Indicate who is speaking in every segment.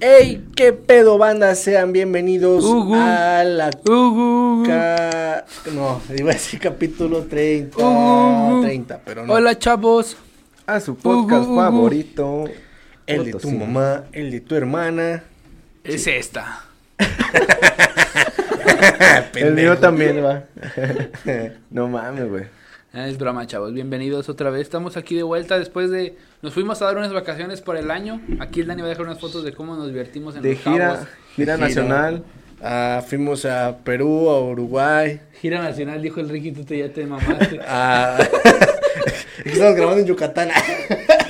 Speaker 1: ¡Ey! ¿Qué pedo, banda? Sean bienvenidos
Speaker 2: Ujú.
Speaker 1: a la
Speaker 2: Ugu.
Speaker 1: ca- No, iba a decir capítulo 30.
Speaker 2: Ujú.
Speaker 1: 30, pero no.
Speaker 2: Hola chavos.
Speaker 3: A su podcast
Speaker 2: Ugu, ugu.
Speaker 3: favorito.
Speaker 1: El de tu
Speaker 3: Potosí.
Speaker 1: mamá, el de tu hermana.
Speaker 2: Es esta.
Speaker 3: El mío también va. no mames, güey.
Speaker 2: Ah, Es broma, chavos. Bienvenidos otra vez. Estamos aquí de vuelta después de. Nos fuimos a dar unas vacaciones por el año. Aquí el Dani va a dejar unas fotos de cómo nos divertimos en
Speaker 3: De
Speaker 2: los
Speaker 3: gira,
Speaker 2: Cabos.
Speaker 3: gira nacional.
Speaker 1: Ah, fuimos a Perú, a Uruguay.
Speaker 2: Gira nacional, dijo el Ricky, tú te, ya te mamaste.
Speaker 1: A... Estamos grabando en Yucatán.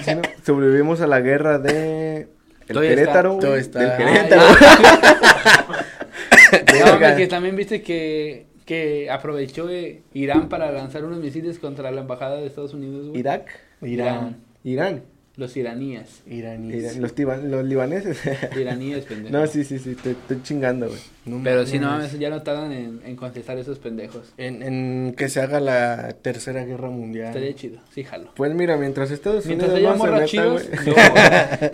Speaker 3: Sí, ¿no? Sobrevivimos a la guerra de. El
Speaker 2: Todavía está,
Speaker 3: Querétaro. güey.
Speaker 1: todavía está.
Speaker 3: Del Querétaro.
Speaker 2: Querétaro.
Speaker 3: Verga.
Speaker 2: que también viste que, que aprovechó eh, Irán para lanzar unos misiles contra la embajada de Estados Unidos. güey.
Speaker 3: Irak.
Speaker 1: Irán.
Speaker 3: Irán.
Speaker 2: Los iraníes.
Speaker 1: Iraníes.
Speaker 3: Irán. Los, tiban- los libaneses.
Speaker 2: Iraníes, pendejo.
Speaker 3: no, sí, sí, sí. Te estoy chingando, güey.
Speaker 1: No
Speaker 2: Pero sí, no
Speaker 1: mames.
Speaker 2: mames, ya no tardan en, en contestar esos pendejos.
Speaker 1: En, en que se haga la tercera guerra mundial.
Speaker 2: Estaría chido, sí, jalo.
Speaker 3: Pues mira, mientras Estados
Speaker 2: Mientras haya
Speaker 3: Unidos
Speaker 2: morras
Speaker 3: no se meta,
Speaker 2: chidos,
Speaker 3: güey.
Speaker 2: yo, güey.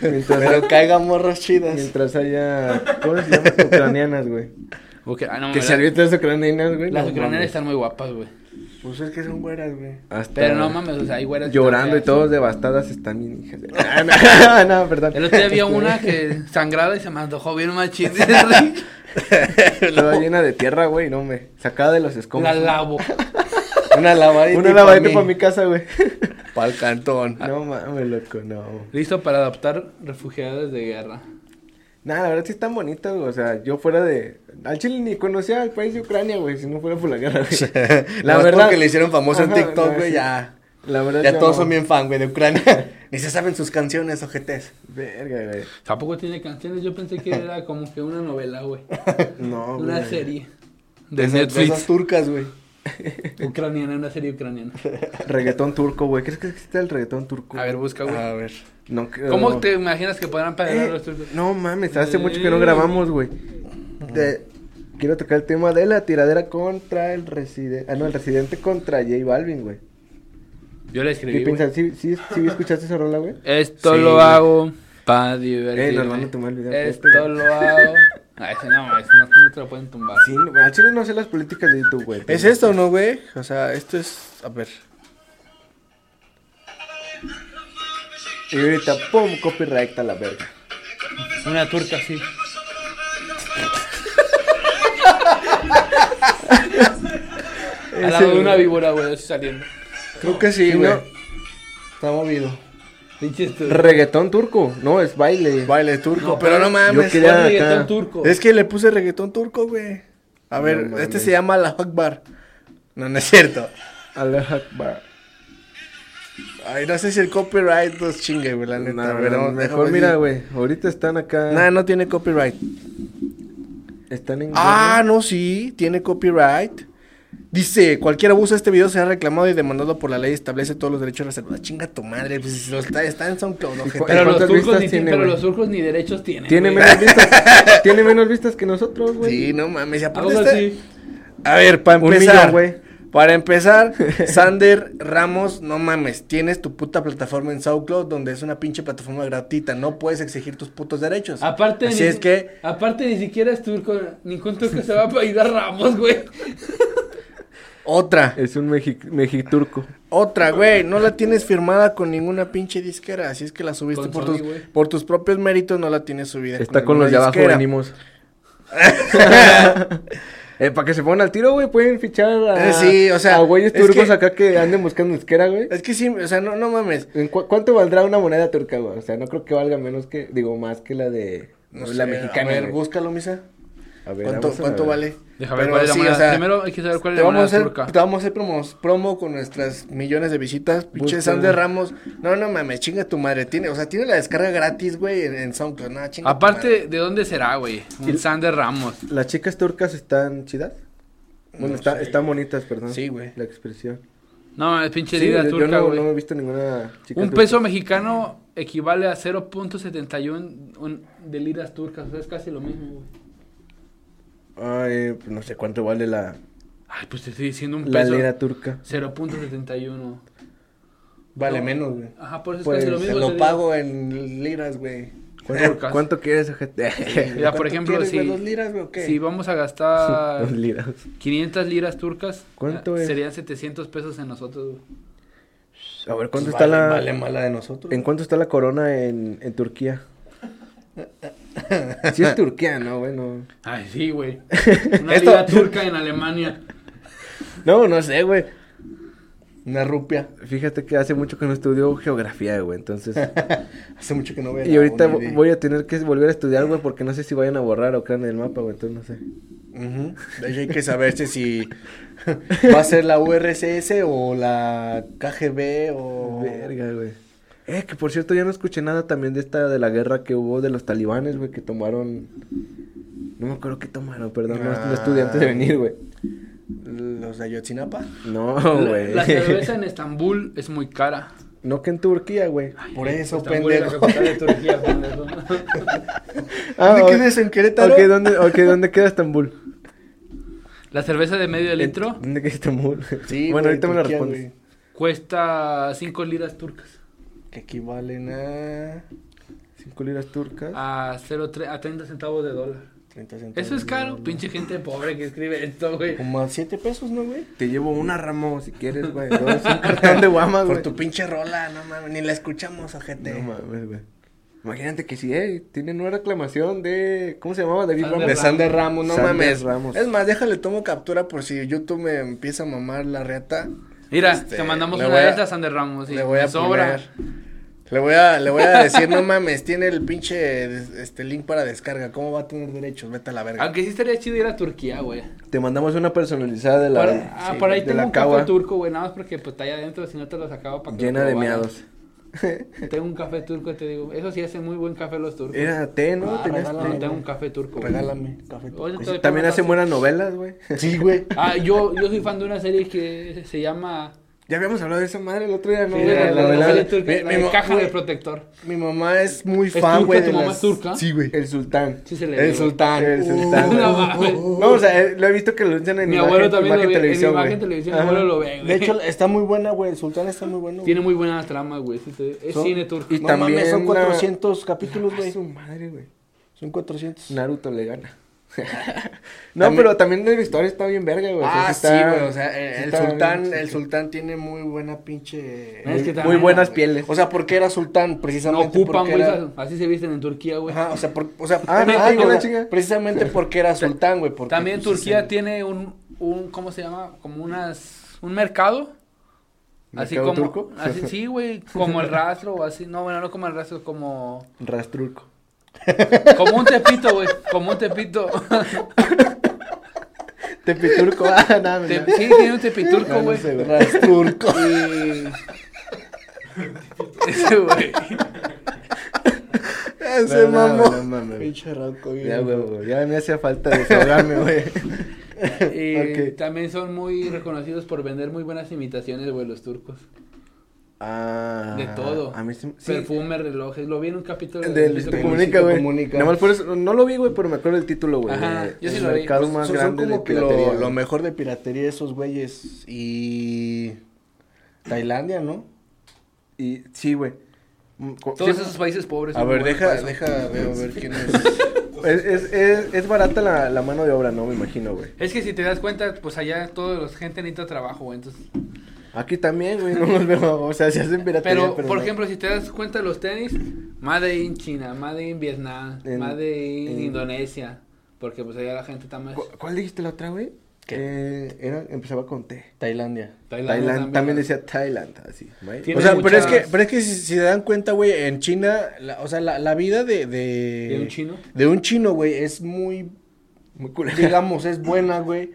Speaker 3: Mientras,
Speaker 1: Pero caigan morras chidas.
Speaker 3: mientras haya. ¿Cómo se llama? Ucranianas, güey.
Speaker 2: Ok, ah, no,
Speaker 3: Que
Speaker 2: la-
Speaker 3: se avienten las ucranianas, güey.
Speaker 2: Las
Speaker 3: no
Speaker 2: ucranianas
Speaker 3: mames.
Speaker 2: están muy guapas, güey.
Speaker 1: Pues es que son güeras, güey.
Speaker 3: Hasta-
Speaker 2: Pero no mames, o sea, hay güeras. que
Speaker 3: Llorando y
Speaker 2: están feas.
Speaker 3: todos devastadas están bien hijas de... Ah, no, no, perdón.
Speaker 2: El otro día había una que sangraba y se me antojó bien machín. la
Speaker 3: Toda llena de tierra, güey, no me... Sacada de los escombros.
Speaker 2: lavo.
Speaker 1: Una lavadita.
Speaker 3: Una
Speaker 1: y
Speaker 3: lavadita
Speaker 1: pa'
Speaker 3: para mi casa, güey.
Speaker 1: Pa'l cantón.
Speaker 3: No mames, loco, no.
Speaker 2: Listo para adaptar refugiados de guerra.
Speaker 3: Nada, la verdad sí están bonitas, güey. O sea, yo fuera de... Al Chile ni conocía al país de Ucrania, güey, si no fuera por la guerra, güey.
Speaker 1: La verdad. que le hicieron famoso en
Speaker 3: Ajá,
Speaker 1: TikTok,
Speaker 3: no,
Speaker 1: güey,
Speaker 3: sí.
Speaker 1: ya.
Speaker 3: La verdad
Speaker 1: Ya
Speaker 3: yo
Speaker 1: todos
Speaker 3: no.
Speaker 1: son bien fan, güey, de Ucrania. Ni se saben sus canciones, ojetes.
Speaker 3: Verga, güey.
Speaker 2: Tampoco tiene canciones, yo pensé que era como que una novela, güey.
Speaker 3: No, Oh, güey.
Speaker 2: Una serie.
Speaker 1: De,
Speaker 2: De
Speaker 1: esas- de esas
Speaker 2: Netflix.
Speaker 1: turcas, güey.
Speaker 2: Ucraniana, una serie ucraniana.
Speaker 3: Reggaetón turco, güey. ¿Crees que existe el reggaetón turco?
Speaker 2: A ver, busca, güey.
Speaker 1: A ver.
Speaker 3: Ah, No, creo.
Speaker 2: ¿Cómo te imaginas que podrán pagar
Speaker 3: Eh,
Speaker 2: a los turcos? Eh.
Speaker 3: no mames, hace mucho que no grabamos, güey. Te- Quiero tocar el tema de la tiradera contra el residente. Ah, no, el residente contra J Balvin, güey.
Speaker 2: Yo la
Speaker 3: ¿Qué
Speaker 2: escribí. güey.
Speaker 3: piensas? ¿Sí, sí, sí escuchaste esa rola, güey?
Speaker 2: Esto
Speaker 1: Sí,
Speaker 2: lo
Speaker 1: güey.
Speaker 2: hago para divertirme.
Speaker 3: Eh, Normando, te me olvidó.
Speaker 2: Esto lo hago. Ah, eso no, eso no, no te lo pueden tumbar.
Speaker 3: Sí, no, al chile no sé las políticas de YouTube, güey.
Speaker 1: ¿Es esto, no, güey? O sea, esto es. A ver.
Speaker 3: Y ahorita, pum, copyright a la verga.
Speaker 2: Una turca sí. Al lado de una víbora, güey, así saliendo.
Speaker 1: Creo que sí,
Speaker 3: Sí,
Speaker 1: güey.
Speaker 3: no.
Speaker 1: Está movido.
Speaker 2: Pinches tú.
Speaker 3: Reggaetón turco, no, es baile.
Speaker 1: Baile turco,
Speaker 2: No,
Speaker 1: pero no mames.
Speaker 3: yo
Speaker 2: Ponle
Speaker 3: quería- acá.
Speaker 2: reggaetón turco.
Speaker 1: Es que le puse reggaetón turco, güey. A
Speaker 3: No
Speaker 1: ver,
Speaker 3: mames.
Speaker 1: este se llama La Akbar. No, no es cierto.
Speaker 3: Allah Akbar.
Speaker 1: Ay, no sé si el copyright nos chingue, güey, la neta.
Speaker 3: Nah,
Speaker 1: pero
Speaker 3: mejor
Speaker 1: déjame
Speaker 3: mira,
Speaker 1: decir.
Speaker 3: güey. Ahorita están acá.
Speaker 1: Nah, no tiene copyright.
Speaker 3: Están en.
Speaker 1: Ah, no, sí, tiene copyright. Dice, cualquier abuso de este video será reclamado y demandado por la ley, establece todos los derechos reservados. Chinga tu madre, pues lo está, está en SoundCloud, ojete.
Speaker 2: Pero los
Speaker 3: ¿Cuántas
Speaker 2: turcos
Speaker 3: vistas
Speaker 2: ni
Speaker 3: tiene,
Speaker 2: pero
Speaker 3: güey?
Speaker 2: los turcos ni derechos tienen.
Speaker 3: Tiene
Speaker 2: güey.
Speaker 3: menos vistas. Tiene menos vistas que nosotros, güey.
Speaker 1: Sí, no mames, y aparte
Speaker 2: Algo
Speaker 1: está-
Speaker 2: así.
Speaker 1: A ver, para
Speaker 3: Un
Speaker 1: empezar,
Speaker 3: millón, güey.
Speaker 1: para empezar, Sander Ramos, no mames, tienes tu puta plataforma en SoundCloud donde es una pinche plataforma gratuita, no puedes exigir tus putos derechos.
Speaker 2: Aparte,
Speaker 1: Así
Speaker 2: ni,
Speaker 1: es que,
Speaker 2: aparte ni siquiera es turco, ningún turco se va a ir a Ramos, güey.
Speaker 1: otra.
Speaker 3: Es un mexi mexiturco.
Speaker 1: Otra, güey, no la tienes firmada con ninguna pinche disquera, así es que la subiste
Speaker 2: Con
Speaker 1: por,
Speaker 2: Sony,
Speaker 1: tus,
Speaker 2: güey.
Speaker 1: por tus propios méritos, no la tienes subida.
Speaker 3: Está con los de
Speaker 1: ninguna
Speaker 3: abajo,
Speaker 1: disquera.
Speaker 3: venimos. eh, para que se pongan al tiro, güey, pueden fichar a,
Speaker 1: Eh, sí, o sea,
Speaker 3: a güeyes
Speaker 1: es
Speaker 3: turcos
Speaker 1: que-
Speaker 3: acá que anden buscando disquera, güey.
Speaker 1: Es que sí, o sea, no, no mames.
Speaker 3: ¿En cu- ¿Cuánto valdrá una moneda turca, güey? O sea, no creo que valga menos que, digo, más que la de
Speaker 1: No
Speaker 3: la
Speaker 1: sé,
Speaker 3: mexicana.
Speaker 1: A ver,
Speaker 3: güey.
Speaker 1: búscalo, misa.
Speaker 3: A ver,
Speaker 1: ¿Cuánto,
Speaker 3: vamos a
Speaker 1: cuánto
Speaker 3: ver.
Speaker 1: vale?
Speaker 2: Déjame ver
Speaker 1: Pero
Speaker 2: cuál es la
Speaker 1: sí,
Speaker 2: moneda.
Speaker 1: o sea,
Speaker 2: Primero hay que saber cuál es
Speaker 1: Te vamos,
Speaker 2: la
Speaker 1: a
Speaker 2: moneda
Speaker 1: hacer,
Speaker 2: turca.
Speaker 1: te vamos a hacer promos- promo con nuestras millones de visitas. Pinche
Speaker 3: Busca.
Speaker 1: Sander Ramos. No, no mames, chinga tu madre. Tiene, o sea, tiene la descarga gratis, güey, en, en SoundCloud. No, chinga tu madre.
Speaker 2: Aparte, ¿de dónde será, güey? Un Sander Ramos.
Speaker 3: ¿Las chicas turcas están chidas? Bueno,
Speaker 1: No
Speaker 3: está-
Speaker 1: sé.
Speaker 3: están bonitas, perdón.
Speaker 1: Sí, güey.
Speaker 3: La expresión.
Speaker 2: No, es pinche
Speaker 3: Sí,
Speaker 2: liga
Speaker 3: yo, yo
Speaker 2: turca,
Speaker 3: no,
Speaker 2: güey.
Speaker 3: no he visto ninguna chica
Speaker 2: un
Speaker 3: turca.
Speaker 2: peso mexicano equivale a 0.71 un- de liras turcas. O sea, es casi lo mismo, güey.
Speaker 3: Ay, pues no sé cuánto vale la,
Speaker 2: Ay, pues te estoy diciendo un
Speaker 3: la
Speaker 2: peso.
Speaker 3: lira turca.
Speaker 2: 0.71.
Speaker 1: Vale
Speaker 2: No.
Speaker 1: menos, güey.
Speaker 2: Ajá, por eso es
Speaker 3: Pues,
Speaker 2: casi lo
Speaker 1: Se
Speaker 2: mismo. te
Speaker 1: lo
Speaker 2: digo.
Speaker 1: pago en liras, güey.
Speaker 3: ¿Cuánto,
Speaker 2: Lucas.
Speaker 3: cuánto quieres, ojete?
Speaker 2: Mira, por
Speaker 1: ¿Cuánto
Speaker 2: ejemplo,
Speaker 1: quieres,
Speaker 2: si-
Speaker 1: güey, ¿Dos liras, güey, o qué?
Speaker 2: Si vamos a gastar
Speaker 3: Dos liras.
Speaker 2: 500 liras turcas,
Speaker 3: ¿Cuánto
Speaker 2: eh,
Speaker 3: es?
Speaker 2: serían 700 pesos en nosotros. güey.
Speaker 3: A
Speaker 1: Pues
Speaker 3: ver, ¿cuánto
Speaker 1: vale-
Speaker 3: está la...
Speaker 1: Vale mala de nosotros.
Speaker 3: ¿En cuánto está la corona en, en Turquía? Si es Turquía, no, bueno.
Speaker 2: Ay, sí, güey. Una
Speaker 1: Esto-
Speaker 2: lira turca en Alemania.
Speaker 3: No, no sé, güey.
Speaker 1: Una rupia.
Speaker 3: Fíjate que hace mucho que no estudio geografía, güey, entonces...
Speaker 1: Hace mucho que no veo.
Speaker 3: Y ahorita vo- voy a tener que volver a estudiar, güey, porque no sé si vayan a borrar o crean el mapa, güey, entonces no sé.
Speaker 1: De hecho, hay que saberse si va a ser la URSS o la KGB o.
Speaker 3: Verga, güey. Eh, que por cierto, ya no escuché nada también de esta, de la guerra que hubo de los talibanes, güey, que tomaron... No me acuerdo qué tomaron, perdón, no, no estudié antes de venir, güey.
Speaker 1: Los de Ayotzinapa.
Speaker 3: No,
Speaker 2: La-
Speaker 3: güey.
Speaker 2: La cerveza en Estambul es muy cara.
Speaker 3: No que en Turquía, güey.
Speaker 1: Por eso,
Speaker 2: Estambul es la
Speaker 1: pendejo. Ah,
Speaker 2: capital de Turquía, pendejo.
Speaker 1: ¿Dónde
Speaker 3: o-
Speaker 1: quedas en Querétaro?
Speaker 3: Ah, ok, ¿dónde, ok, ¿dónde queda Estambul?
Speaker 2: La cerveza de medio litro
Speaker 3: ¿Dónde queda Estambul?
Speaker 1: Sí,
Speaker 3: bueno,
Speaker 1: güey,
Speaker 3: ahorita me lo
Speaker 1: Turquía,
Speaker 3: respondes.
Speaker 1: güey,
Speaker 2: cuesta 5 liras turcas.
Speaker 1: Que ah, equivalen a.
Speaker 3: Cinco liras turcas.
Speaker 2: A, 0,3 a 30 centavos de dólar.
Speaker 1: 30 centavos.
Speaker 2: Eso es caro, pinche gente pobre que escribe esto, güey.
Speaker 1: Como a 7 pesos, ¿no, güey?
Speaker 3: Te llevo una, Ramo, si quieres, güey. Dos, un cartón de guamas,
Speaker 1: Por
Speaker 3: güey.
Speaker 1: tu pinche rola, no mames. Ni la escuchamos, ojete.
Speaker 3: No mames, güey. Imagínate que si, eh, tienen una reclamación de... ¿Cómo se llamaba? David
Speaker 2: Sander
Speaker 3: Ramos.
Speaker 1: De Sander Ramos, no
Speaker 3: Sander
Speaker 1: mames.
Speaker 3: Ramos.
Speaker 1: Es más, déjale, tomo captura por si YouTube me empieza a mamar la reata.
Speaker 2: Mira,
Speaker 1: Este,
Speaker 2: te mandamos
Speaker 1: le
Speaker 2: una
Speaker 1: voy
Speaker 2: de
Speaker 1: a-
Speaker 2: estas, Ander Ramos. Y
Speaker 1: le voy a
Speaker 2: me sobra.
Speaker 1: poner- Le voy a, le voy a decir, no mames, tiene el pinche des- este link para descarga. ¿Cómo va a tener derechos? Vete a la verga.
Speaker 2: Aunque sí estaría chido ir a Turquía, güey.
Speaker 3: Te mandamos una personalizada de la...
Speaker 2: Para, ah,
Speaker 3: sí,
Speaker 2: por ahí
Speaker 3: de
Speaker 2: tengo
Speaker 3: la
Speaker 2: un
Speaker 3: cagua
Speaker 2: café turco, güey, nada más porque pues está allá adentro, si no te lo sacaba para que
Speaker 3: Llena
Speaker 2: lo
Speaker 3: de
Speaker 2: probaras.
Speaker 3: meados.
Speaker 2: Tengo un café turco, te digo. Eso sí hacen muy buen café los turcos.
Speaker 3: Era té, ¿no?
Speaker 2: Ah,
Speaker 3: Tenías
Speaker 2: regálame,
Speaker 3: té.
Speaker 2: tengo un café turco. güey.
Speaker 1: Regálame café.
Speaker 2: Oye,
Speaker 3: Pues,
Speaker 2: todavía
Speaker 3: También
Speaker 2: me
Speaker 3: hacen
Speaker 2: pasa-
Speaker 3: buenas novelas, güey.
Speaker 1: Sí, güey.
Speaker 2: Ah, yo, yo soy fan de una serie que se llama...
Speaker 3: Ya habíamos hablado de esa madre el otro día, ¿no?
Speaker 2: Sí,
Speaker 3: De
Speaker 2: la,
Speaker 3: la
Speaker 2: la- la
Speaker 3: novela
Speaker 2: novela
Speaker 3: de-
Speaker 2: turca,
Speaker 1: mi-
Speaker 2: la
Speaker 1: mi
Speaker 2: de
Speaker 1: ma-
Speaker 2: caja
Speaker 1: güey.
Speaker 2: de protector.
Speaker 1: Mi mamá es muy
Speaker 2: ¿Es
Speaker 1: fan,
Speaker 2: turca?
Speaker 1: güey.
Speaker 2: ¿Tu
Speaker 1: de
Speaker 2: mamá
Speaker 1: las-
Speaker 2: es turca?
Speaker 1: Sí, güey.
Speaker 3: El sultán.
Speaker 2: Sí se le
Speaker 1: El
Speaker 2: ve, güey.
Speaker 1: sultán.
Speaker 3: El sultán.
Speaker 1: Uh,
Speaker 2: No mames.
Speaker 1: uh, uh, uh.
Speaker 3: No, o sea, eh, lo he visto que lo usan en
Speaker 2: Mi
Speaker 3: imagen,
Speaker 2: abuelo también
Speaker 3: imagen
Speaker 2: lo ve,
Speaker 3: televisión,
Speaker 2: en imagen
Speaker 3: güey.
Speaker 2: televisión, mi
Speaker 3: Ajá.
Speaker 2: abuelo lo ve, güey.
Speaker 1: De hecho, está muy buena, güey. El sultán está muy bueno. güey.
Speaker 2: tiene muy buenas tramas, güey. sí te- Es
Speaker 3: Son-
Speaker 2: cine turco.
Speaker 3: y
Speaker 1: no
Speaker 3: también
Speaker 1: mames, son
Speaker 3: la-
Speaker 1: 400 capítulos,
Speaker 3: Ah,
Speaker 1: güey.
Speaker 3: su madre, güey.
Speaker 1: Son 400.
Speaker 3: Naruto le gana. no,
Speaker 1: También-
Speaker 3: pero también el vestuario está bien verga, güey. O sea,
Speaker 1: Ah,
Speaker 3: está-
Speaker 1: sí, güey, o sea, el,
Speaker 3: sí
Speaker 1: el
Speaker 3: está-
Speaker 1: sultán,
Speaker 3: sí,
Speaker 1: el
Speaker 3: sí.
Speaker 1: sultán tiene muy buena pinche...
Speaker 2: No, es que
Speaker 1: muy-
Speaker 2: también-
Speaker 3: Muy buenas
Speaker 1: güey.
Speaker 3: pieles.
Speaker 1: O sea, ¿por qué era sultán?
Speaker 2: No
Speaker 1: Precisamente
Speaker 2: ocupan,
Speaker 1: porque
Speaker 2: güey.
Speaker 1: era...
Speaker 2: esas- Así se visten en Turquía, güey.
Speaker 1: Ajá, o sea, por- o sea,
Speaker 3: Ah,
Speaker 1: también-
Speaker 3: ah,
Speaker 1: ay,
Speaker 3: con
Speaker 1: o
Speaker 3: la
Speaker 1: sea,
Speaker 3: chinga.
Speaker 1: precisamente porque era sultán, güey, porque...
Speaker 2: También
Speaker 1: pues,
Speaker 2: Turquía
Speaker 1: sí,
Speaker 2: tiene un, un, ¿cómo se llama? Como unas, un mercado. Así
Speaker 3: ¿Mercado
Speaker 2: como,
Speaker 3: turco?
Speaker 2: así sí, güey, como el rastro o así, no, bueno, no como el rastro, como,
Speaker 3: Rastruco.
Speaker 2: como un tepito, güey, como un tepito,
Speaker 3: Tepiturco. Ah, nada,
Speaker 2: Te-
Speaker 3: mira.
Speaker 2: sí, tiene un
Speaker 3: No,
Speaker 2: tepiturco,
Speaker 3: no
Speaker 2: güey,
Speaker 3: sé, güey.
Speaker 1: Rasturco.
Speaker 2: ese, güey,
Speaker 1: Ese
Speaker 3: No, no,
Speaker 1: mamón.
Speaker 3: no mames.
Speaker 1: Pinche ronco, güey.
Speaker 3: Ya, güey, güey, ya me hacía falta desahogarme, güey.
Speaker 2: y
Speaker 3: Ok.
Speaker 2: también son muy reconocidos por vender muy buenas imitaciones, güey, los turcos,
Speaker 3: Ah.
Speaker 2: de todo,
Speaker 3: A mí sí. sí.
Speaker 2: perfume, relojes, lo vi en un capítulo
Speaker 3: Del
Speaker 2: Luisito
Speaker 3: Luisito
Speaker 2: Comunica.
Speaker 3: Comunica,
Speaker 1: Luisito
Speaker 3: güey.
Speaker 1: Comunica.
Speaker 3: Nada más por eso, no lo vi, güey, pero me acuerdo del título, güey.
Speaker 2: Ajá,
Speaker 3: de-
Speaker 2: yo sí
Speaker 3: el
Speaker 2: lo vi.
Speaker 3: mercado más
Speaker 1: son, son
Speaker 3: grande
Speaker 1: como
Speaker 3: de
Speaker 1: que lo-
Speaker 3: piratería.
Speaker 1: lo,
Speaker 3: güey.
Speaker 1: mejor de piratería esos güeyes y Tailandia, ¿no?
Speaker 3: Y sí, güey. Mm, co-
Speaker 2: todos
Speaker 3: sí,
Speaker 2: esos países pobres,
Speaker 1: A
Speaker 2: son
Speaker 1: ver,
Speaker 2: buenos
Speaker 1: deja,
Speaker 2: para eso.
Speaker 1: deja, veo a ver quién es.
Speaker 3: es, es, es, es barata la, la mano de obra, ¿no? Me imagino, güey.
Speaker 2: Es que si te das cuenta, pues allá toda la gente necesita trabajo, güey, entonces...
Speaker 3: Aquí también, güey, no los veo. O sea, se hacen piratería.
Speaker 2: Pero,
Speaker 3: Pero,
Speaker 2: por
Speaker 3: no.
Speaker 2: ejemplo, si te das cuenta de los tenis, Made in China, Made in Vietnam,
Speaker 3: En-
Speaker 2: Made in
Speaker 3: en-
Speaker 2: Indonesia, porque pues allá la gente está más...
Speaker 3: ¿Cu- ¿Cuál dijiste la otra, güey?
Speaker 1: ¿Qué?
Speaker 3: Eh, era, empezaba con T.
Speaker 1: Tailandia.
Speaker 2: Tailandia
Speaker 3: Thailand, también,
Speaker 2: ¿no?
Speaker 3: decía Thailand, así. güey.
Speaker 2: Tiene
Speaker 1: O sea, pero es
Speaker 2: muchas-
Speaker 1: que, pero es que si, si se dan cuenta, güey, en China, la- o sea, la, la vida de, de...
Speaker 2: ¿De un chino?
Speaker 1: De un chino, güey, es muy,
Speaker 3: Muy culera.
Speaker 1: digamos, es buena, güey.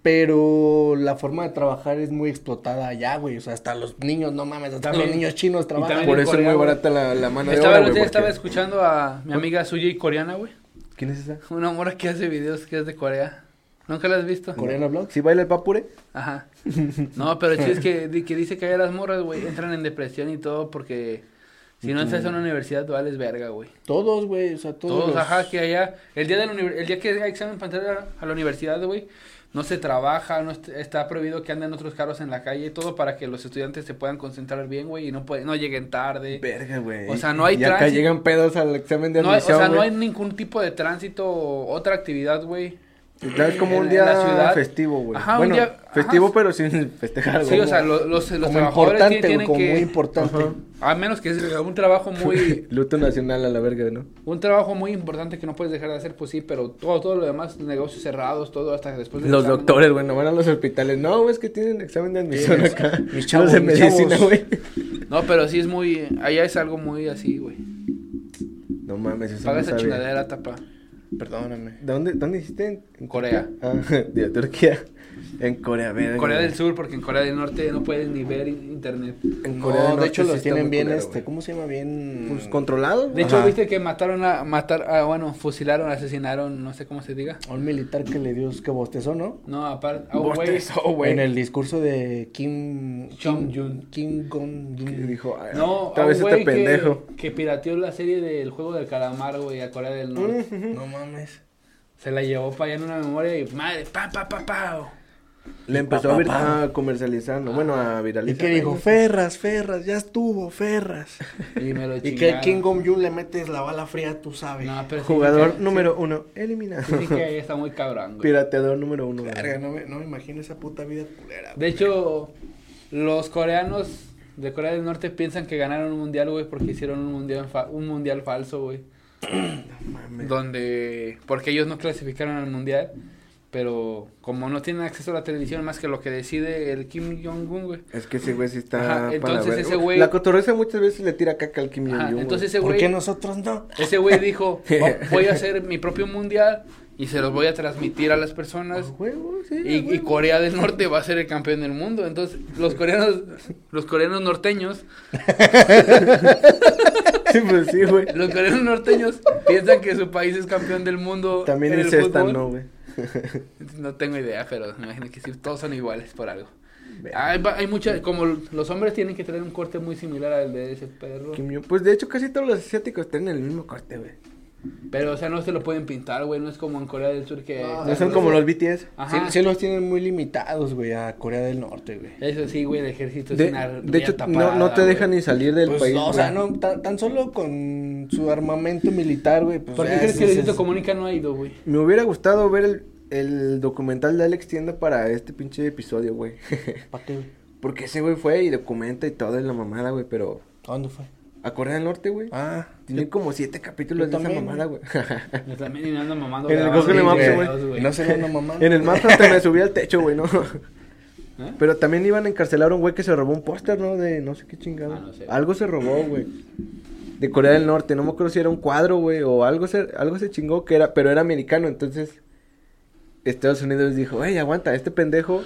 Speaker 1: Pero la forma de trabajar es muy explotada allá, güey. O sea, hasta los niños, no mames, hasta
Speaker 2: También-
Speaker 1: los niños chinos trabajan.
Speaker 2: también
Speaker 3: Por
Speaker 2: en
Speaker 3: eso es
Speaker 2: Corea,
Speaker 3: muy
Speaker 2: güey.
Speaker 3: barata la, la mano de
Speaker 2: Estaba,
Speaker 3: obra,
Speaker 2: el otro
Speaker 3: güey.
Speaker 2: día estaba
Speaker 3: porque-
Speaker 2: escuchando a mi amiga suya y coreana, güey.
Speaker 3: ¿Quién es esa?
Speaker 2: Una mora que hace videos que es de Corea. ¿Nunca la has visto?
Speaker 1: ¿Coreana blog?
Speaker 3: ¿Sí baila el papure?
Speaker 2: Ajá. No, pero el chiste es que, di- que dice que allá las morras, güey, entran en depresión y todo porque si no entras a una universidad, tú vales verga, güey.
Speaker 1: Todos, güey, o sea, todos.
Speaker 2: Todos,
Speaker 1: los-
Speaker 2: ajá, que allá, el día, del el día que hay examen para entrar a, a la universidad, güey, no se trabaja, no est- está prohibido que anden otros carros en la calle, todo para que los estudiantes se puedan concentrar bien, güey, y no pueden, no lleguen tarde.
Speaker 3: Verga, güey.
Speaker 2: O sea, no hay
Speaker 3: Y acá
Speaker 2: tránsito.
Speaker 3: llegan pedos al examen de
Speaker 2: No hay- o
Speaker 3: admisión,
Speaker 2: sea, no
Speaker 3: güey.
Speaker 2: hay ningún tipo de tránsito o otra actividad, güey.
Speaker 3: Tal vez como
Speaker 2: en-
Speaker 3: un
Speaker 2: en
Speaker 3: día
Speaker 2: la ciudad.
Speaker 3: festivo, güey.
Speaker 2: Ajá, un
Speaker 3: bueno,
Speaker 2: día-
Speaker 3: festivo
Speaker 2: ajá.
Speaker 3: pero sin festejar,
Speaker 2: Sí, o sea,
Speaker 3: Como-
Speaker 2: lo- los, los
Speaker 1: Como
Speaker 2: trabajadores
Speaker 1: importante,
Speaker 2: tienen,
Speaker 1: güey, como muy
Speaker 2: que...
Speaker 1: importante.
Speaker 3: Ajá.
Speaker 2: a menos que sea un trabajo muy...
Speaker 3: Luto nacional a la verga, ¿no?
Speaker 2: Un trabajo muy importante que no puedes dejar de hacer, pues sí, pero todo, todo lo demás, negocios cerrados, todo hasta después del
Speaker 3: Los
Speaker 2: examen.
Speaker 3: doctores, güey, no van a los hospitales. No, güey, es que tienen examen de admisión
Speaker 1: Tienes-
Speaker 3: acá.
Speaker 1: mis chavos,
Speaker 3: los de
Speaker 1: mis
Speaker 3: medicina,
Speaker 1: chavos.
Speaker 3: güey.
Speaker 2: No, pero sí es muy... Allá es algo muy así, güey.
Speaker 3: No mames, eso
Speaker 2: Paga
Speaker 3: no
Speaker 2: esa
Speaker 3: sabía.
Speaker 2: chingadera, tapa.
Speaker 1: Perdóname.
Speaker 3: ¿Dónde, ¿Dónde hiciste? En, en
Speaker 2: Corea.
Speaker 3: Ah, de Turquía. En Corea, verga.
Speaker 2: En Corea
Speaker 3: güey.
Speaker 2: del Sur, porque en Corea del Norte no puedes ni ver in- internet.
Speaker 3: En
Speaker 1: No,
Speaker 3: Corea del
Speaker 1: de
Speaker 3: Norte
Speaker 1: hecho
Speaker 3: sí
Speaker 1: los
Speaker 3: está
Speaker 1: tienen
Speaker 3: muy
Speaker 1: bien,
Speaker 3: culero,
Speaker 1: este,
Speaker 3: güey.
Speaker 1: ¿cómo se llama? Bien...
Speaker 3: Pues controlado,
Speaker 2: De
Speaker 3: güey.
Speaker 2: hecho,
Speaker 1: Ajá.
Speaker 2: viste que mataron a... Matar, ah, bueno, fusilaron, asesinaron, no sé cómo se diga.
Speaker 1: A un militar que le dio, es que bostezó, ¿no?
Speaker 2: No, aparte... ah, güey.
Speaker 1: En el discurso de Kim...
Speaker 2: Jong
Speaker 1: Kim-
Speaker 2: Jun.
Speaker 1: Kim Jong
Speaker 3: Y
Speaker 1: Jun.
Speaker 3: dijo, "Ay,
Speaker 2: No,
Speaker 3: otra
Speaker 2: a un
Speaker 3: vez este
Speaker 2: güey que-
Speaker 3: pendejo.
Speaker 2: Que, pirateó la serie del juego del calamar, güey, a Corea del
Speaker 3: Mm.
Speaker 2: Norte.
Speaker 1: No mames.
Speaker 2: Se la llevó para allá en una memoria y madre, pa, pa, pa, pa.
Speaker 3: Le empezó
Speaker 1: Pa,
Speaker 3: a, vir-
Speaker 1: pa, pa.
Speaker 3: a comercializar,
Speaker 2: Ah.
Speaker 3: no, bueno, a
Speaker 1: Y
Speaker 3: viralizar.
Speaker 1: que dijo, Ferras, Ferras, ya estuvo, Ferras.
Speaker 2: Y me lo
Speaker 1: Y que
Speaker 2: chingaron.
Speaker 1: a Kim Jong Jun le metes la bala fría, tú sabes.
Speaker 2: No, pero sí
Speaker 3: Jugador
Speaker 2: dije-
Speaker 3: número uno, eliminado.
Speaker 2: Sí, dije que está muy cabrón, güey.
Speaker 3: Pirateador número uno. güey.
Speaker 1: Verga, no me, no me imagino esa puta vida culera.
Speaker 2: De hecho, los coreanos de Corea del Norte piensan que ganaron un mundial, güey, porque hicieron un mundial, fa- un mundial falso, güey.
Speaker 3: Mames.
Speaker 2: Donde, porque ellos no clasificaron al mundial, pero como no tienen acceso a la televisión más que lo que decide el Kim Jong-un, güey.
Speaker 3: Es que ese güey sí está.
Speaker 2: Ajá,
Speaker 3: para
Speaker 2: entonces
Speaker 3: ver-
Speaker 2: ese güey-
Speaker 3: La cotorreza muchas veces le tira caca al Kim
Speaker 2: Ajá,
Speaker 3: Jong-un.
Speaker 2: entonces
Speaker 3: Entonces.
Speaker 2: ese
Speaker 1: ¿Por
Speaker 2: güey...
Speaker 1: qué nosotros no?
Speaker 2: Ese güey dijo, "Va- voy a hacer mi propio mundial y se los voy a transmitir a las personas. Y, y Corea del Norte va a ser el campeón del mundo. Entonces, los coreanos, los coreanos norteños,
Speaker 3: Sí, pues sí, güey.
Speaker 2: los coreanos norteños piensan que su país es campeón del mundo.
Speaker 3: También
Speaker 2: en el
Speaker 3: es esta,
Speaker 2: fútbol.
Speaker 3: no, güey.
Speaker 2: No tengo idea, pero me imagino que sí, todos son iguales por algo. Hay, va- hay muchas, como los hombres tienen que tener un corte muy similar al de ese perro.
Speaker 3: Kim Jong- Pues de hecho, casi todos los asiáticos tienen el mismo corte, güey.
Speaker 2: Pero, o sea, no se lo pueden pintar, güey. No es como en Corea del Sur que.
Speaker 1: No,
Speaker 3: No son como los BTS.
Speaker 2: Ajá.
Speaker 1: Sí, sí los tienen muy limitados, güey, a Corea del Norte, güey.
Speaker 2: Eso sí, güey, el ejército es
Speaker 3: De,
Speaker 2: una
Speaker 3: de hecho,
Speaker 2: riata
Speaker 3: no, no
Speaker 2: parada,
Speaker 3: te dejan
Speaker 2: güey.
Speaker 3: ni salir del
Speaker 1: Pues,
Speaker 3: país.
Speaker 1: no, o sea,
Speaker 3: güey.
Speaker 1: no, tan, tan solo con su armamento militar, güey. Pues,
Speaker 2: ¿Por qué
Speaker 1: ya
Speaker 2: crees
Speaker 1: es-
Speaker 2: que el
Speaker 1: es-
Speaker 2: ejército
Speaker 1: es-
Speaker 2: comunica no ha ido, güey?
Speaker 3: Me hubiera gustado ver el, el documental de Alex Tienda para este pinche episodio, güey.
Speaker 1: ¿Para qué, güey?
Speaker 3: Porque ese güey fue y documenta y todo en la mamada, güey, pero...
Speaker 1: ¿A dónde fue?
Speaker 3: A Corea del Norte, güey.
Speaker 1: Ah,
Speaker 3: Tiene como siete capítulos
Speaker 1: yo
Speaker 3: de esa
Speaker 1: también,
Speaker 3: mamada, güey.
Speaker 2: Yo también y me ando mamando.
Speaker 3: En el
Speaker 2: grabados,
Speaker 3: Google
Speaker 2: sí,
Speaker 3: Maps,
Speaker 2: güey,
Speaker 3: güey.
Speaker 2: grabados,
Speaker 1: y no sería una mamá.
Speaker 3: en el mapa hasta me subí al techo, güey, ¿no?
Speaker 2: ¿Eh?
Speaker 3: Pero también iban a encarcelar a un güey que se robó un póster, ¿no? De no sé qué chingado.
Speaker 2: Ah, no sé.
Speaker 3: Algo se robó, güey. De Corea del Norte. No me acuerdo si era un cuadro, güey. O algo se, algo se chingó que era... Pero era americano, entonces... Estados Unidos dijo, güey, aguanta, este pendejo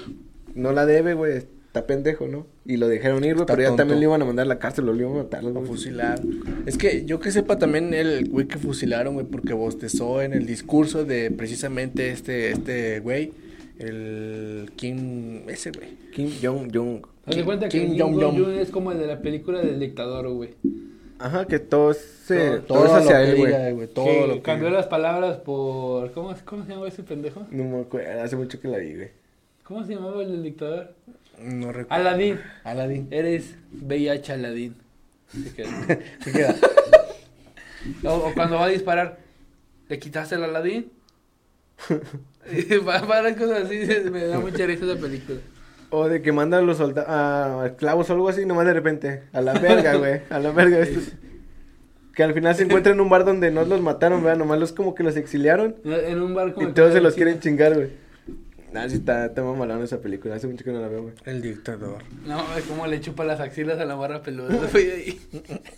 Speaker 3: no la debe, güey. Está pendejo, ¿no? Y lo dejaron ir, güey.
Speaker 1: Está
Speaker 3: Pero ya
Speaker 1: tonto.
Speaker 3: también le iban a mandar a la cárcel. Lo iban a matar.
Speaker 1: A
Speaker 3: güey.
Speaker 1: fusilar. Es que yo que sepa también el güey que fusilaron, güey, porque bostezó en el discurso de precisamente este, este güey, el Kim, ese güey.
Speaker 3: Kim Jong-jong.
Speaker 2: Haz de cuenta que
Speaker 1: Kim
Speaker 2: Kim
Speaker 1: Jong-un.
Speaker 2: Jong-un es como el de la película del dictador, güey.
Speaker 3: Ajá, que todo se...
Speaker 1: todo
Speaker 3: Todo, es hacia
Speaker 1: lo que
Speaker 3: él,
Speaker 1: diga,
Speaker 3: güey.
Speaker 1: güey, todo
Speaker 2: Que
Speaker 1: lo que
Speaker 2: cambió
Speaker 1: diga.
Speaker 2: las palabras por... ¿Cómo, es- ¿Cómo se llamaba ese pendejo?
Speaker 3: No me acuerdo, hace mucho que la vi, güey.
Speaker 2: ¿Cómo se llamaba el del dictador?
Speaker 1: No recuerdo.
Speaker 2: Aladín.
Speaker 1: Aladdin.
Speaker 2: Eres VIH Aladín. Se queda.
Speaker 1: Se queda.
Speaker 2: O, o cuando va a disparar, ¿le quitaste el Aladín? Y va- Varias cosas así, se- me da mucha risa esa película.
Speaker 3: O de que mandan los soldados a esclavos o algo así, nomás de repente. A la verga, güey. A la verga. estos- Que al final se encuentran en un bar donde no los mataron, ¿verdad? Nomás los como que los exiliaron.
Speaker 2: En un barco.
Speaker 3: Y todos se los quieren chingar, güey. Nah, sí está, está mamalona esa película. Hace mucho que no la veo, güey.
Speaker 1: El dictador.
Speaker 2: No, es como le chupa las axilas a la barra peluda, güey. ahí.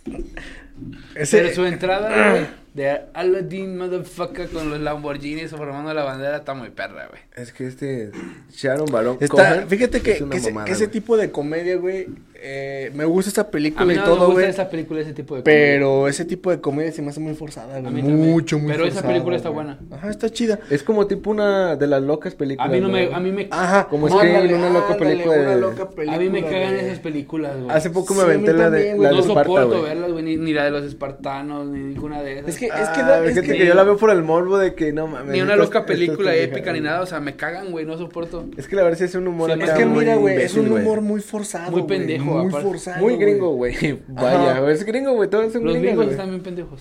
Speaker 2: Pero
Speaker 1: Ese,
Speaker 2: su entrada, güey, de Aladdin motherfucker con los Lamborghinis formando la bandera está muy perra, güey.
Speaker 3: Es que este Sharon Barón
Speaker 1: está,
Speaker 3: Cohen
Speaker 1: fíjate que,
Speaker 3: pues, es una
Speaker 1: que ese,
Speaker 3: mamada,
Speaker 1: que ese
Speaker 3: güey.
Speaker 1: tipo de comedia, güey, eh, me gusta esta película
Speaker 2: A mí
Speaker 1: y
Speaker 2: no me
Speaker 1: todo,
Speaker 2: gusta
Speaker 1: güey.
Speaker 2: esa película, ese tipo de cosas.
Speaker 1: Pero ese tipo de comedia se me hace muy forzada,
Speaker 2: A
Speaker 1: güey.
Speaker 2: mí también.
Speaker 1: Mucho, muy
Speaker 2: Pero esa
Speaker 1: forzada,
Speaker 2: película está
Speaker 1: güey.
Speaker 2: buena.
Speaker 1: Ajá, está chida.
Speaker 3: Es como tipo una de las locas
Speaker 2: A
Speaker 3: películas.
Speaker 2: mí no me,
Speaker 3: güey.
Speaker 2: a mí me, a
Speaker 1: Ajá.
Speaker 3: Como Scream, una loca película de-
Speaker 1: Una loca película.
Speaker 2: mí me cagan
Speaker 1: güey.
Speaker 2: esas películas, güey.
Speaker 3: Hace poco me
Speaker 1: Sí, a mí
Speaker 3: aventé la de,
Speaker 1: también, güey.
Speaker 3: la
Speaker 2: no
Speaker 3: de Esparta,
Speaker 2: soporto
Speaker 3: güey.
Speaker 2: verlas, güey, ni, ni la de los espartanos, ni ninguna de esas.
Speaker 1: Es que, es que,
Speaker 3: Ah,
Speaker 1: da- es
Speaker 3: fíjate
Speaker 1: que-
Speaker 3: que yo la veo por el morbo de que no mames.
Speaker 2: ni una
Speaker 3: estas-
Speaker 2: loca
Speaker 3: estas
Speaker 2: película
Speaker 3: pendejadas,
Speaker 2: épica ni
Speaker 3: güey.
Speaker 2: nada, o sea, me cagan, güey, no soporto.
Speaker 3: Es que la verdad sí es un humor
Speaker 2: Sí,
Speaker 3: acá
Speaker 1: es que
Speaker 3: muy
Speaker 1: mira, güey, es
Speaker 3: imbécil,
Speaker 1: un
Speaker 3: güey.
Speaker 1: humor muy forzado.
Speaker 2: Muy
Speaker 1: güey,
Speaker 2: pendejo,
Speaker 1: Muy
Speaker 2: aparte.
Speaker 1: forzado.
Speaker 3: Muy gringo,
Speaker 1: güey.
Speaker 3: güey.
Speaker 1: Ajá.
Speaker 3: Vaya, güey, es gringo, güey. Todos son
Speaker 2: Los
Speaker 3: gringos,
Speaker 2: gringos
Speaker 3: güey.
Speaker 2: están bien pendejos.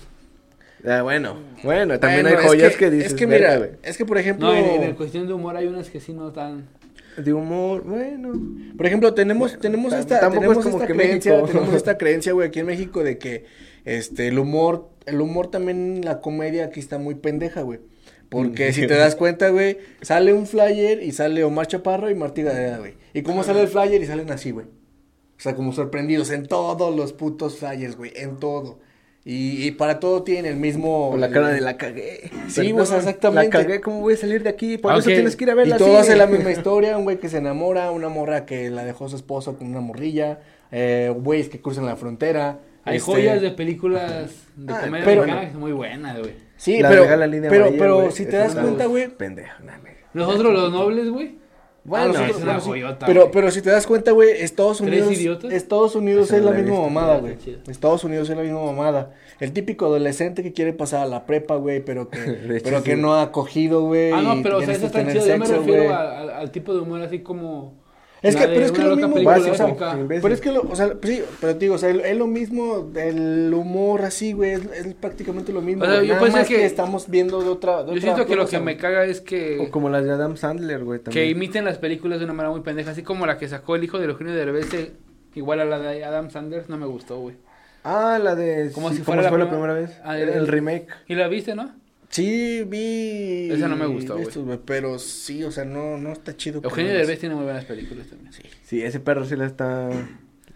Speaker 3: Ah, bueno, bueno, también
Speaker 1: Bueno,
Speaker 3: hay
Speaker 1: es
Speaker 3: joyas que, dices.
Speaker 1: Es que mira,
Speaker 3: "Verga,
Speaker 1: es que por ejemplo.
Speaker 2: No, en, en cuestión de humor hay unas que sí no tan...
Speaker 3: güey. De humor, bueno.
Speaker 1: Por ejemplo, tenemos, tenemos
Speaker 3: tam-
Speaker 1: esta,
Speaker 3: tampoco
Speaker 1: tenemos
Speaker 3: es como
Speaker 1: esta
Speaker 3: que
Speaker 1: creencia,
Speaker 3: México.
Speaker 1: tenemos esta creencia, güey, aquí en México de que este el humor, el humor también la comedia aquí está muy pendeja, güey. Porque si te das cuenta, güey, sale un flyer y sale Omar Chaparro y Martí Gadea, güey. ¿Y cómo sale el flyer? Y salen así, güey. O sea, como sorprendidos en todos los putos flyers, güey, en todo. Y, y para todo tienen el mismo...
Speaker 3: Con la cara de la cagué.
Speaker 1: Sí,
Speaker 3: Perdón,
Speaker 1: o sea, exactamente.
Speaker 3: La cagué, ¿cómo voy a salir de aquí? Por
Speaker 2: Aunque-
Speaker 3: eso tienes que ir a verla.
Speaker 1: Y todo
Speaker 3: así.
Speaker 1: hace la misma historia, un güey que se enamora, una morra que la dejó su esposo con una morrilla, eh, güeyes que cruzan la frontera.
Speaker 2: Hay
Speaker 1: este-
Speaker 2: joyas de películas de
Speaker 1: Ah,
Speaker 2: comedia
Speaker 1: pero-
Speaker 2: mexicana que son muy buenas, güey.
Speaker 1: Sí,
Speaker 3: La
Speaker 1: pero,
Speaker 3: regala línea
Speaker 1: pero,
Speaker 3: amarilla,
Speaker 1: pero
Speaker 3: güey,
Speaker 1: si te
Speaker 3: esa
Speaker 1: das
Speaker 3: está
Speaker 1: cuenta, güey,
Speaker 3: Pendejo, no, me-
Speaker 2: Nosotros los nobles, güey.
Speaker 1: bueno,
Speaker 2: Ah, no,
Speaker 1: nosotros-
Speaker 2: es una
Speaker 1: bueno, sí,
Speaker 2: joyota,
Speaker 1: pero,
Speaker 2: güey.
Speaker 1: pero si te das cuenta, güey, Estados
Speaker 2: ¿Tres
Speaker 1: Unidos,
Speaker 2: idiotas?
Speaker 1: Estados Unidos
Speaker 3: Esa
Speaker 1: es
Speaker 3: no
Speaker 1: la
Speaker 3: la he
Speaker 1: misma
Speaker 3: visto.
Speaker 1: mamada,
Speaker 2: Ah,
Speaker 1: güey.
Speaker 2: está chida.
Speaker 1: Estados Unidos es la misma mamada. El típico adolescente que quiere pasar a la prepa, güey, pero
Speaker 3: De
Speaker 1: que,
Speaker 3: hecho,
Speaker 1: pero que
Speaker 3: sí.
Speaker 1: no ha cogido, güey.
Speaker 2: Ah,
Speaker 1: y
Speaker 2: no, pero o sea,
Speaker 1: tienes
Speaker 2: esa
Speaker 1: que
Speaker 2: está
Speaker 1: tener
Speaker 2: chida. Yo me
Speaker 1: sexo,
Speaker 2: refiero
Speaker 1: güey.
Speaker 2: a- a- al tipo de humor así como...
Speaker 1: Es
Speaker 2: la
Speaker 1: que,
Speaker 2: de
Speaker 1: pero es que
Speaker 2: una
Speaker 1: lo
Speaker 2: loca
Speaker 1: mismo,
Speaker 2: película
Speaker 3: güey, o sea,
Speaker 2: épica.
Speaker 3: en vez-
Speaker 1: Pero es que, lo, o sea, pues sí, pero te digo, o sea, es lo mismo, el humor así, güey, es, es prácticamente lo mismo.
Speaker 2: O sea,
Speaker 1: güey,
Speaker 2: yo
Speaker 1: nada
Speaker 2: puede ser
Speaker 1: más que...
Speaker 2: que-
Speaker 1: estamos viendo de otra. de
Speaker 2: Yo
Speaker 1: otra
Speaker 2: siento que lo que
Speaker 1: cosa,
Speaker 2: me
Speaker 1: güey.
Speaker 2: caga es que...
Speaker 3: O como las de Adam Sandler, güey.
Speaker 2: Que
Speaker 3: También.
Speaker 2: imiten las películas de una manera muy pendeja, así como la que sacó el hijo de Eugenio Derbez, eh, igual a la de Adam Sanders, no me gustó, güey.
Speaker 3: Ah, la de.
Speaker 2: Como
Speaker 3: sí,
Speaker 2: si fuera la
Speaker 3: fue la
Speaker 2: prima-
Speaker 3: primera vez.
Speaker 2: Ah,
Speaker 3: el,
Speaker 2: el-
Speaker 3: el remake.
Speaker 2: ¿Y la viste, no?
Speaker 1: Sí, vi.
Speaker 2: Esa no me gustó,
Speaker 1: vi
Speaker 2: güey.
Speaker 1: estos, Pero sí, o sea, no, no está chido. que
Speaker 2: Eugenio
Speaker 1: no
Speaker 2: Derbez tiene muy buenas películas también. Sí.
Speaker 3: Sí, ese perro sí la
Speaker 2: La
Speaker 3: está.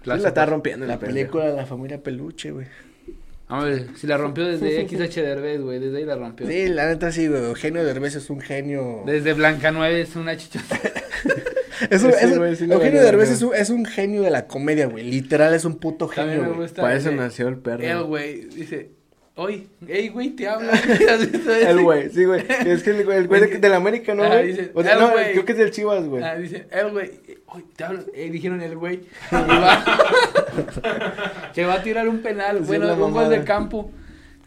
Speaker 3: La, la está
Speaker 2: super-
Speaker 3: rompiendo.
Speaker 1: La
Speaker 3: el pendejo.
Speaker 1: película de la familia Peluche, güey.
Speaker 2: A ver, si la rompió desde XH Derbez, güey, desde ahí la rompió.
Speaker 1: Sí, la neta sí, güey. Eugenio Derbez es un genio.
Speaker 2: Desde Blanca es una chichota.
Speaker 1: Es un-
Speaker 3: Sí,
Speaker 1: es un-
Speaker 3: güey, sí le
Speaker 1: Eugenio
Speaker 3: valió,
Speaker 1: Derbez
Speaker 3: güey.
Speaker 1: es un, es un genio de la comedia, güey. Literal es un puto
Speaker 2: También
Speaker 1: genio.
Speaker 2: me
Speaker 1: güey.
Speaker 2: gusta.
Speaker 3: Para eso
Speaker 2: el-
Speaker 3: nació el perro.
Speaker 2: El güey dice, oye, hey, güey, te habla. ¿Has visto ese?
Speaker 3: El güey, sí, güey. Es que el güey, el güey de, de la América, ¿no,
Speaker 2: Ah,
Speaker 3: güey?
Speaker 2: dice,
Speaker 3: O sea,
Speaker 2: el
Speaker 3: no,
Speaker 2: güey.
Speaker 3: creo que es del Chivas, güey.
Speaker 2: Ah, dice, el güey, oye, te hablo. Eh, dijeron el güey. Y va- que va a tirar un penal,
Speaker 3: Sí,
Speaker 2: bueno,
Speaker 3: la
Speaker 2: un gol
Speaker 3: mamada.
Speaker 2: de campo.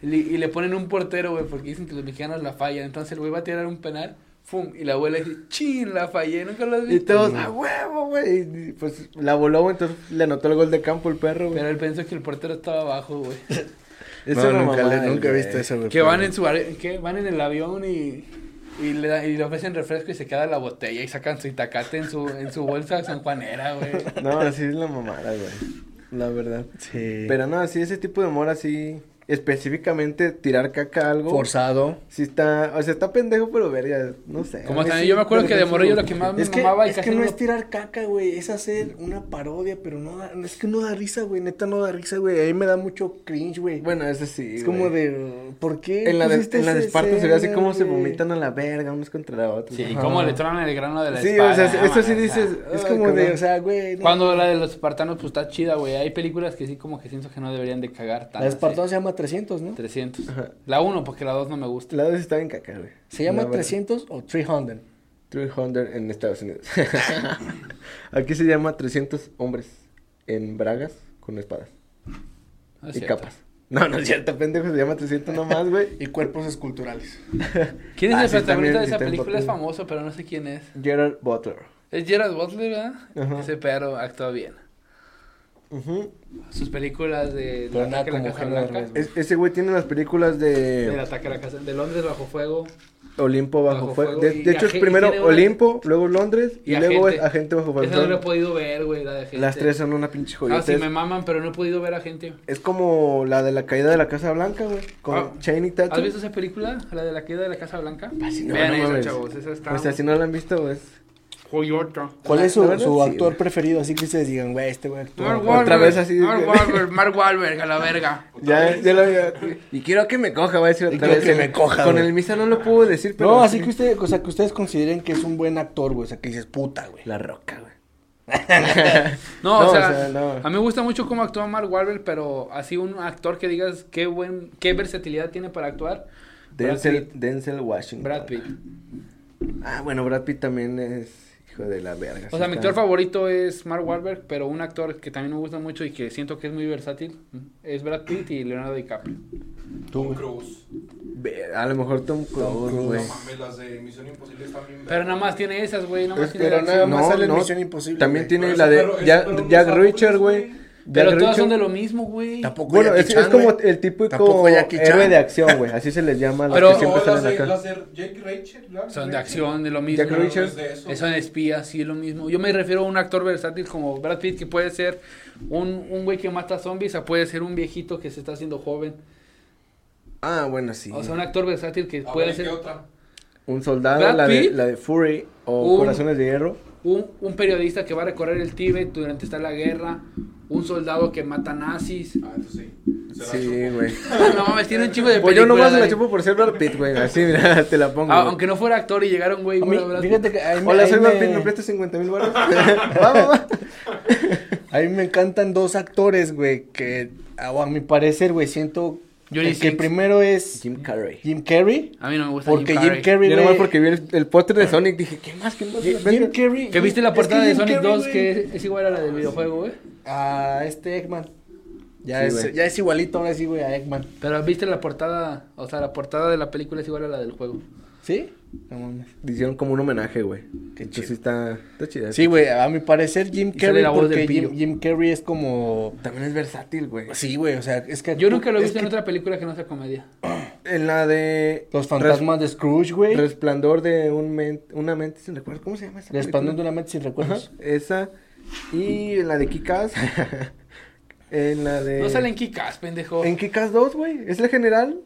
Speaker 2: Y le, y le ponen un portero, güey, porque dicen que los mexicanos la fallan. Entonces el güey va a tirar un penal, ¡fum! Y la abuela dice, ¡chin! La fallé, nunca lo has
Speaker 3: Y
Speaker 2: visto.
Speaker 3: todos, a huevo, güey. Y, Pues la voló, güey, entonces le anotó el gol de campo el perro, güey.
Speaker 2: Pero él pensó que el portero estaba abajo, güey.
Speaker 3: Es
Speaker 1: No,
Speaker 3: una
Speaker 1: nunca,
Speaker 3: mamada,
Speaker 1: le- nunca he
Speaker 3: güey.
Speaker 1: visto eso, güey.
Speaker 2: Que van en su are- que van en el avión y, y, le, da- y le ofrecen refresco y se queda la botella y sacan su itacate en su, en su bolsa sanjuanera, güey.
Speaker 3: No, así es la mamada, güey. La verdad.
Speaker 1: Sí.
Speaker 3: Pero no, así ese tipo de humor así, específicamente tirar caca a algo.
Speaker 1: Forzado.
Speaker 3: Sí está, o sea, está pendejo, pero verga, no sé.
Speaker 2: Como
Speaker 3: A mí
Speaker 2: también
Speaker 3: sí,
Speaker 2: yo me acuerdo que de
Speaker 3: parece
Speaker 2: morrillo
Speaker 3: como-
Speaker 2: lo que más me
Speaker 1: Es que,
Speaker 2: mamaba y
Speaker 1: es
Speaker 2: casi
Speaker 1: que no
Speaker 2: no-
Speaker 1: es tirar caca, güey, es hacer una parodia, pero no da, es que no da risa, güey, neta no da risa, güey, a mí me da mucho cringe, güey.
Speaker 3: Bueno, ese sí,
Speaker 1: es
Speaker 3: güey.
Speaker 1: como de, ¿por qué?
Speaker 3: En la de,
Speaker 1: pusiste
Speaker 3: en la de
Speaker 1: esa
Speaker 3: Esparta se ve así
Speaker 1: escena,
Speaker 3: como se
Speaker 1: güey?
Speaker 3: vomitan a la verga unos contra la otra.
Speaker 2: Sí, y
Speaker 3: Ajá.
Speaker 2: cómo le tronan el grano de la
Speaker 3: Sí,
Speaker 2: espada.
Speaker 3: o sea, eso sí
Speaker 2: man, o sea.
Speaker 3: dices.
Speaker 1: Es
Speaker 3: "Ay,
Speaker 1: como de,
Speaker 3: cabrón".
Speaker 1: o sea, güey. no.
Speaker 2: Cuando la de los espartanos, pues está chida, güey. Hay películas que sí, como que siento que no deberían de cagar
Speaker 1: La
Speaker 2: tanto.
Speaker 1: de Espartanos
Speaker 2: sí.
Speaker 1: se llama 300, ¿no?
Speaker 2: 300.
Speaker 3: Ajá.
Speaker 2: La 1, porque la 2 no me gusta.
Speaker 3: La dos está bien caca, güey.
Speaker 1: ¿Se llama
Speaker 3: La verdad.
Speaker 1: 300 o 300?
Speaker 3: 300 en Estados Unidos. Aquí se llama 300 hombres en bragas con espadas
Speaker 2: No es
Speaker 3: y
Speaker 2: cierto.
Speaker 3: capas. No, no es cierto, pendejo, se llama 300 nomás, güey.
Speaker 1: Y cuerpos esculturales.
Speaker 2: ¿Quién es
Speaker 3: Ah,
Speaker 2: el
Speaker 3: sí,
Speaker 2: protagonista
Speaker 3: también,
Speaker 2: de
Speaker 3: sí,
Speaker 2: esa
Speaker 3: también,
Speaker 2: película? Es
Speaker 3: también.
Speaker 2: famoso, pero no sé quién es.
Speaker 3: Gerard Butler.
Speaker 2: Es Gerard Butler, ¿verdad?
Speaker 3: Ajá.
Speaker 2: Ese perro actúa bien.
Speaker 3: Ujú.
Speaker 2: Sus películas de
Speaker 1: Pero
Speaker 2: del
Speaker 1: nada
Speaker 2: ataque a la
Speaker 1: como
Speaker 2: Casa
Speaker 1: Eugenio
Speaker 2: Blanca.
Speaker 1: Derbez,
Speaker 3: Es- ese güey tiene las películas
Speaker 2: Del
Speaker 3: de
Speaker 2: ataque a la casa. De Londres bajo fuego.
Speaker 3: Olimpo bajo,
Speaker 2: Bajo
Speaker 3: fuego.
Speaker 2: Fuego
Speaker 3: De,
Speaker 2: y
Speaker 3: de hecho, es
Speaker 2: Agen-
Speaker 3: primero
Speaker 2: tiene una-
Speaker 3: Olimpo, luego Londres y,
Speaker 2: y
Speaker 3: luego
Speaker 2: Agente.
Speaker 3: es Agente bajo fuego.
Speaker 2: Esa no la he
Speaker 3: Entonces,
Speaker 2: podido ver, güey, la de gente.
Speaker 3: Las tres son una pinche joya.
Speaker 2: Ah, sí,
Speaker 3: Entonces,
Speaker 2: me maman, pero no he podido ver a gente.
Speaker 3: Es como la de la caída de la Casa Blanca, güey. Con
Speaker 2: Ah,
Speaker 3: Channing Tatum.
Speaker 2: ¿Has visto esa película? La de la queda de la Casa Blanca.
Speaker 3: si Ah, no,
Speaker 2: Vean
Speaker 3: no
Speaker 2: esa,
Speaker 3: mames.
Speaker 2: chavos. Esa está.
Speaker 3: O sea, si no la han visto, pues.
Speaker 2: Joyota.
Speaker 1: ¿Cuál
Speaker 3: La-
Speaker 1: es su,
Speaker 3: la verdad,
Speaker 1: su
Speaker 3: sí,
Speaker 1: actor
Speaker 3: güey.
Speaker 1: preferido? Así que ustedes digan, güey, este güey actúa.
Speaker 2: Mark
Speaker 1: güey.
Speaker 2: Wahlberg.
Speaker 3: Otra vez así.
Speaker 2: Mark Wahlberg, Mark Wahlberg, a la verga.
Speaker 3: Ya, ya la había. Y quiero que me coja, va a decir
Speaker 1: Y
Speaker 3: otra
Speaker 1: quiero
Speaker 3: vez.
Speaker 1: que me coja,
Speaker 3: Con
Speaker 1: güey.
Speaker 3: el misa no lo puedo decir, pero.
Speaker 1: No, así que ustedes, o sea, que ustedes consideren que es un buen actor, güey, o sea, que dices, puta, güey.
Speaker 3: La roca, güey.
Speaker 2: No,
Speaker 3: No,
Speaker 2: o sea,
Speaker 3: o sea, no.
Speaker 2: a mí me gusta mucho cómo actúa Mark Wahlberg, pero así un actor que digas qué buen, qué versatilidad tiene para actuar. Brad
Speaker 3: Denzel,
Speaker 2: Pitt.
Speaker 3: Denzel Washington.
Speaker 2: Brad Pitt.
Speaker 3: Ah, bueno, Brad Pitt también es hijo de la verga.
Speaker 2: O sea,
Speaker 3: sí
Speaker 2: mi
Speaker 3: está.
Speaker 2: actor favorito es Mark Wahlberg, pero un actor que también me gusta mucho y que siento que es muy versátil mm, es Brad Pitt y Leonardo DiCaprio.
Speaker 4: Tom Cruise.
Speaker 3: Ve- A lo mejor Tom Cruise,
Speaker 4: No
Speaker 3: güey.
Speaker 4: mames, las de Misión Imposible están bien.
Speaker 2: Pero nada más tiene esas, güey, nada más tiene
Speaker 1: Pero
Speaker 2: esas.
Speaker 1: nada más
Speaker 3: No,
Speaker 1: sale en
Speaker 3: no,
Speaker 1: Misión Imposible.
Speaker 3: También
Speaker 1: güey.
Speaker 3: tiene
Speaker 4: Pero
Speaker 3: la
Speaker 4: ese
Speaker 3: de
Speaker 4: perro- ese
Speaker 3: Jack,
Speaker 4: perro no
Speaker 3: Jack
Speaker 4: sabe,
Speaker 3: Richard, güey.
Speaker 4: güey.
Speaker 2: Pero
Speaker 3: Jack
Speaker 2: todas son de
Speaker 3: Reacher.
Speaker 2: lo mismo, güey.
Speaker 1: Tampoco
Speaker 3: Bueno,
Speaker 1: Jackie
Speaker 3: es,
Speaker 1: Chan,
Speaker 3: es como
Speaker 1: güey.
Speaker 3: el típico
Speaker 1: Tampoco Jackie Chan.
Speaker 3: héroe de acción, güey. Así se les llama a los
Speaker 2: Pero-
Speaker 3: que siempre
Speaker 4: No, las
Speaker 3: salen
Speaker 4: de,
Speaker 3: acá.
Speaker 4: las de Jake Rachel. las
Speaker 2: Son de
Speaker 4: Rachel.
Speaker 2: acción, de lo mismo.
Speaker 3: Jack Reacher.
Speaker 4: No, no es de eso.
Speaker 2: Eso en espías, sí, es lo mismo. Yo me refiero a un actor versátil como Brad Pitt, que puede ser un, un güey que mata zombies, o puede ser un viejito que se está haciendo joven.
Speaker 3: Ah, bueno, sí.
Speaker 2: O sea, un actor versátil que
Speaker 4: A
Speaker 2: puede
Speaker 4: ver, Ah, ¿qué
Speaker 2: ser
Speaker 4: otra?
Speaker 3: Un soldado,
Speaker 2: Brad
Speaker 3: la de,
Speaker 2: Pitt.
Speaker 3: la de Fury o
Speaker 2: Un-
Speaker 3: Corazones de Hierro.
Speaker 2: un, un periodista que va a recorrer el Tíbet durante esta la guerra, un soldado que mata nazis. Ah,
Speaker 4: Ah, entonces sí. Se la
Speaker 3: Sí,
Speaker 4: chupo.
Speaker 3: güey.
Speaker 2: No mames, tiene un chivo de
Speaker 3: Pues yo nomás
Speaker 2: películas,
Speaker 3: me la
Speaker 2: güey.
Speaker 3: chupo por ser Brad Pitt, güey. Así, mira, te la pongo.
Speaker 2: Ah,
Speaker 3: güey.
Speaker 2: aunque no fuera actor y llegara un güey
Speaker 1: A mí,
Speaker 2: igual a Brad
Speaker 1: fíjate que ahí me-
Speaker 3: Hola,
Speaker 1: ahí
Speaker 3: soy Brad
Speaker 1: me-
Speaker 3: Pitt, ¿me prestas 50 mil baros? va, va, va.
Speaker 1: A mí me encantan dos actores, güey, que a, a mi parecer, güey, siento
Speaker 2: Yo ni
Speaker 1: el que
Speaker 2: sé-
Speaker 1: primero es Jim,
Speaker 3: Jim Carrey.
Speaker 1: Carrey,
Speaker 2: Pitt. A mí no me gusta
Speaker 1: porque Jim Carrey, güey,
Speaker 3: Yo nomás porque vi el, el póster de Sonic dije, ¿qué más? ¿Qué más?
Speaker 1: Jim- Jim Carrey,
Speaker 2: Que viste la
Speaker 1: es
Speaker 2: portada
Speaker 1: que
Speaker 2: de
Speaker 1: Jim
Speaker 2: Sonic
Speaker 1: Carrey,
Speaker 2: 2
Speaker 1: güey,
Speaker 2: que es, es igual a la del
Speaker 4: Ah,
Speaker 2: videojuego, güey.
Speaker 1: a este Eggman. Ya
Speaker 3: Sí,
Speaker 1: es
Speaker 3: güey.
Speaker 1: ya es igualito ahora sí, güey, a Eggman.
Speaker 2: Pero viste la portada, o sea, la portada de la película es igual a la del juego.
Speaker 1: ¿Sí? No mames.
Speaker 3: Hicieron como un homenaje, güey.
Speaker 1: Qué
Speaker 3: Entonces
Speaker 1: chido.
Speaker 3: sí está, está chida.
Speaker 1: Sí, güey, a mi parecer Jim
Speaker 2: Y sale
Speaker 1: Carrey
Speaker 2: la voz
Speaker 1: porque
Speaker 2: del
Speaker 1: Jim,
Speaker 2: pillo.
Speaker 1: Jim Carrey es como
Speaker 3: También es versátil, güey.
Speaker 1: Sí, güey, o sea, es que
Speaker 2: Yo nunca lo he
Speaker 1: es
Speaker 2: visto en
Speaker 1: que
Speaker 2: otra película que no sea comedia.
Speaker 3: En la de...
Speaker 1: Los fantasmas de Scrooge, güey.
Speaker 3: Res- Eh, resplandor de un men- una mente sin recuerdo. ¿Cómo se llama esa
Speaker 1: Resplandor de
Speaker 3: película?
Speaker 1: una mente sin recuerdos.
Speaker 3: Ajá, Esa. Y en la de Kikas. en la
Speaker 1: Eh,
Speaker 3: de...
Speaker 2: No salen Kikas, pendejo.
Speaker 3: En Kikas 2, güey. ¿Es el general?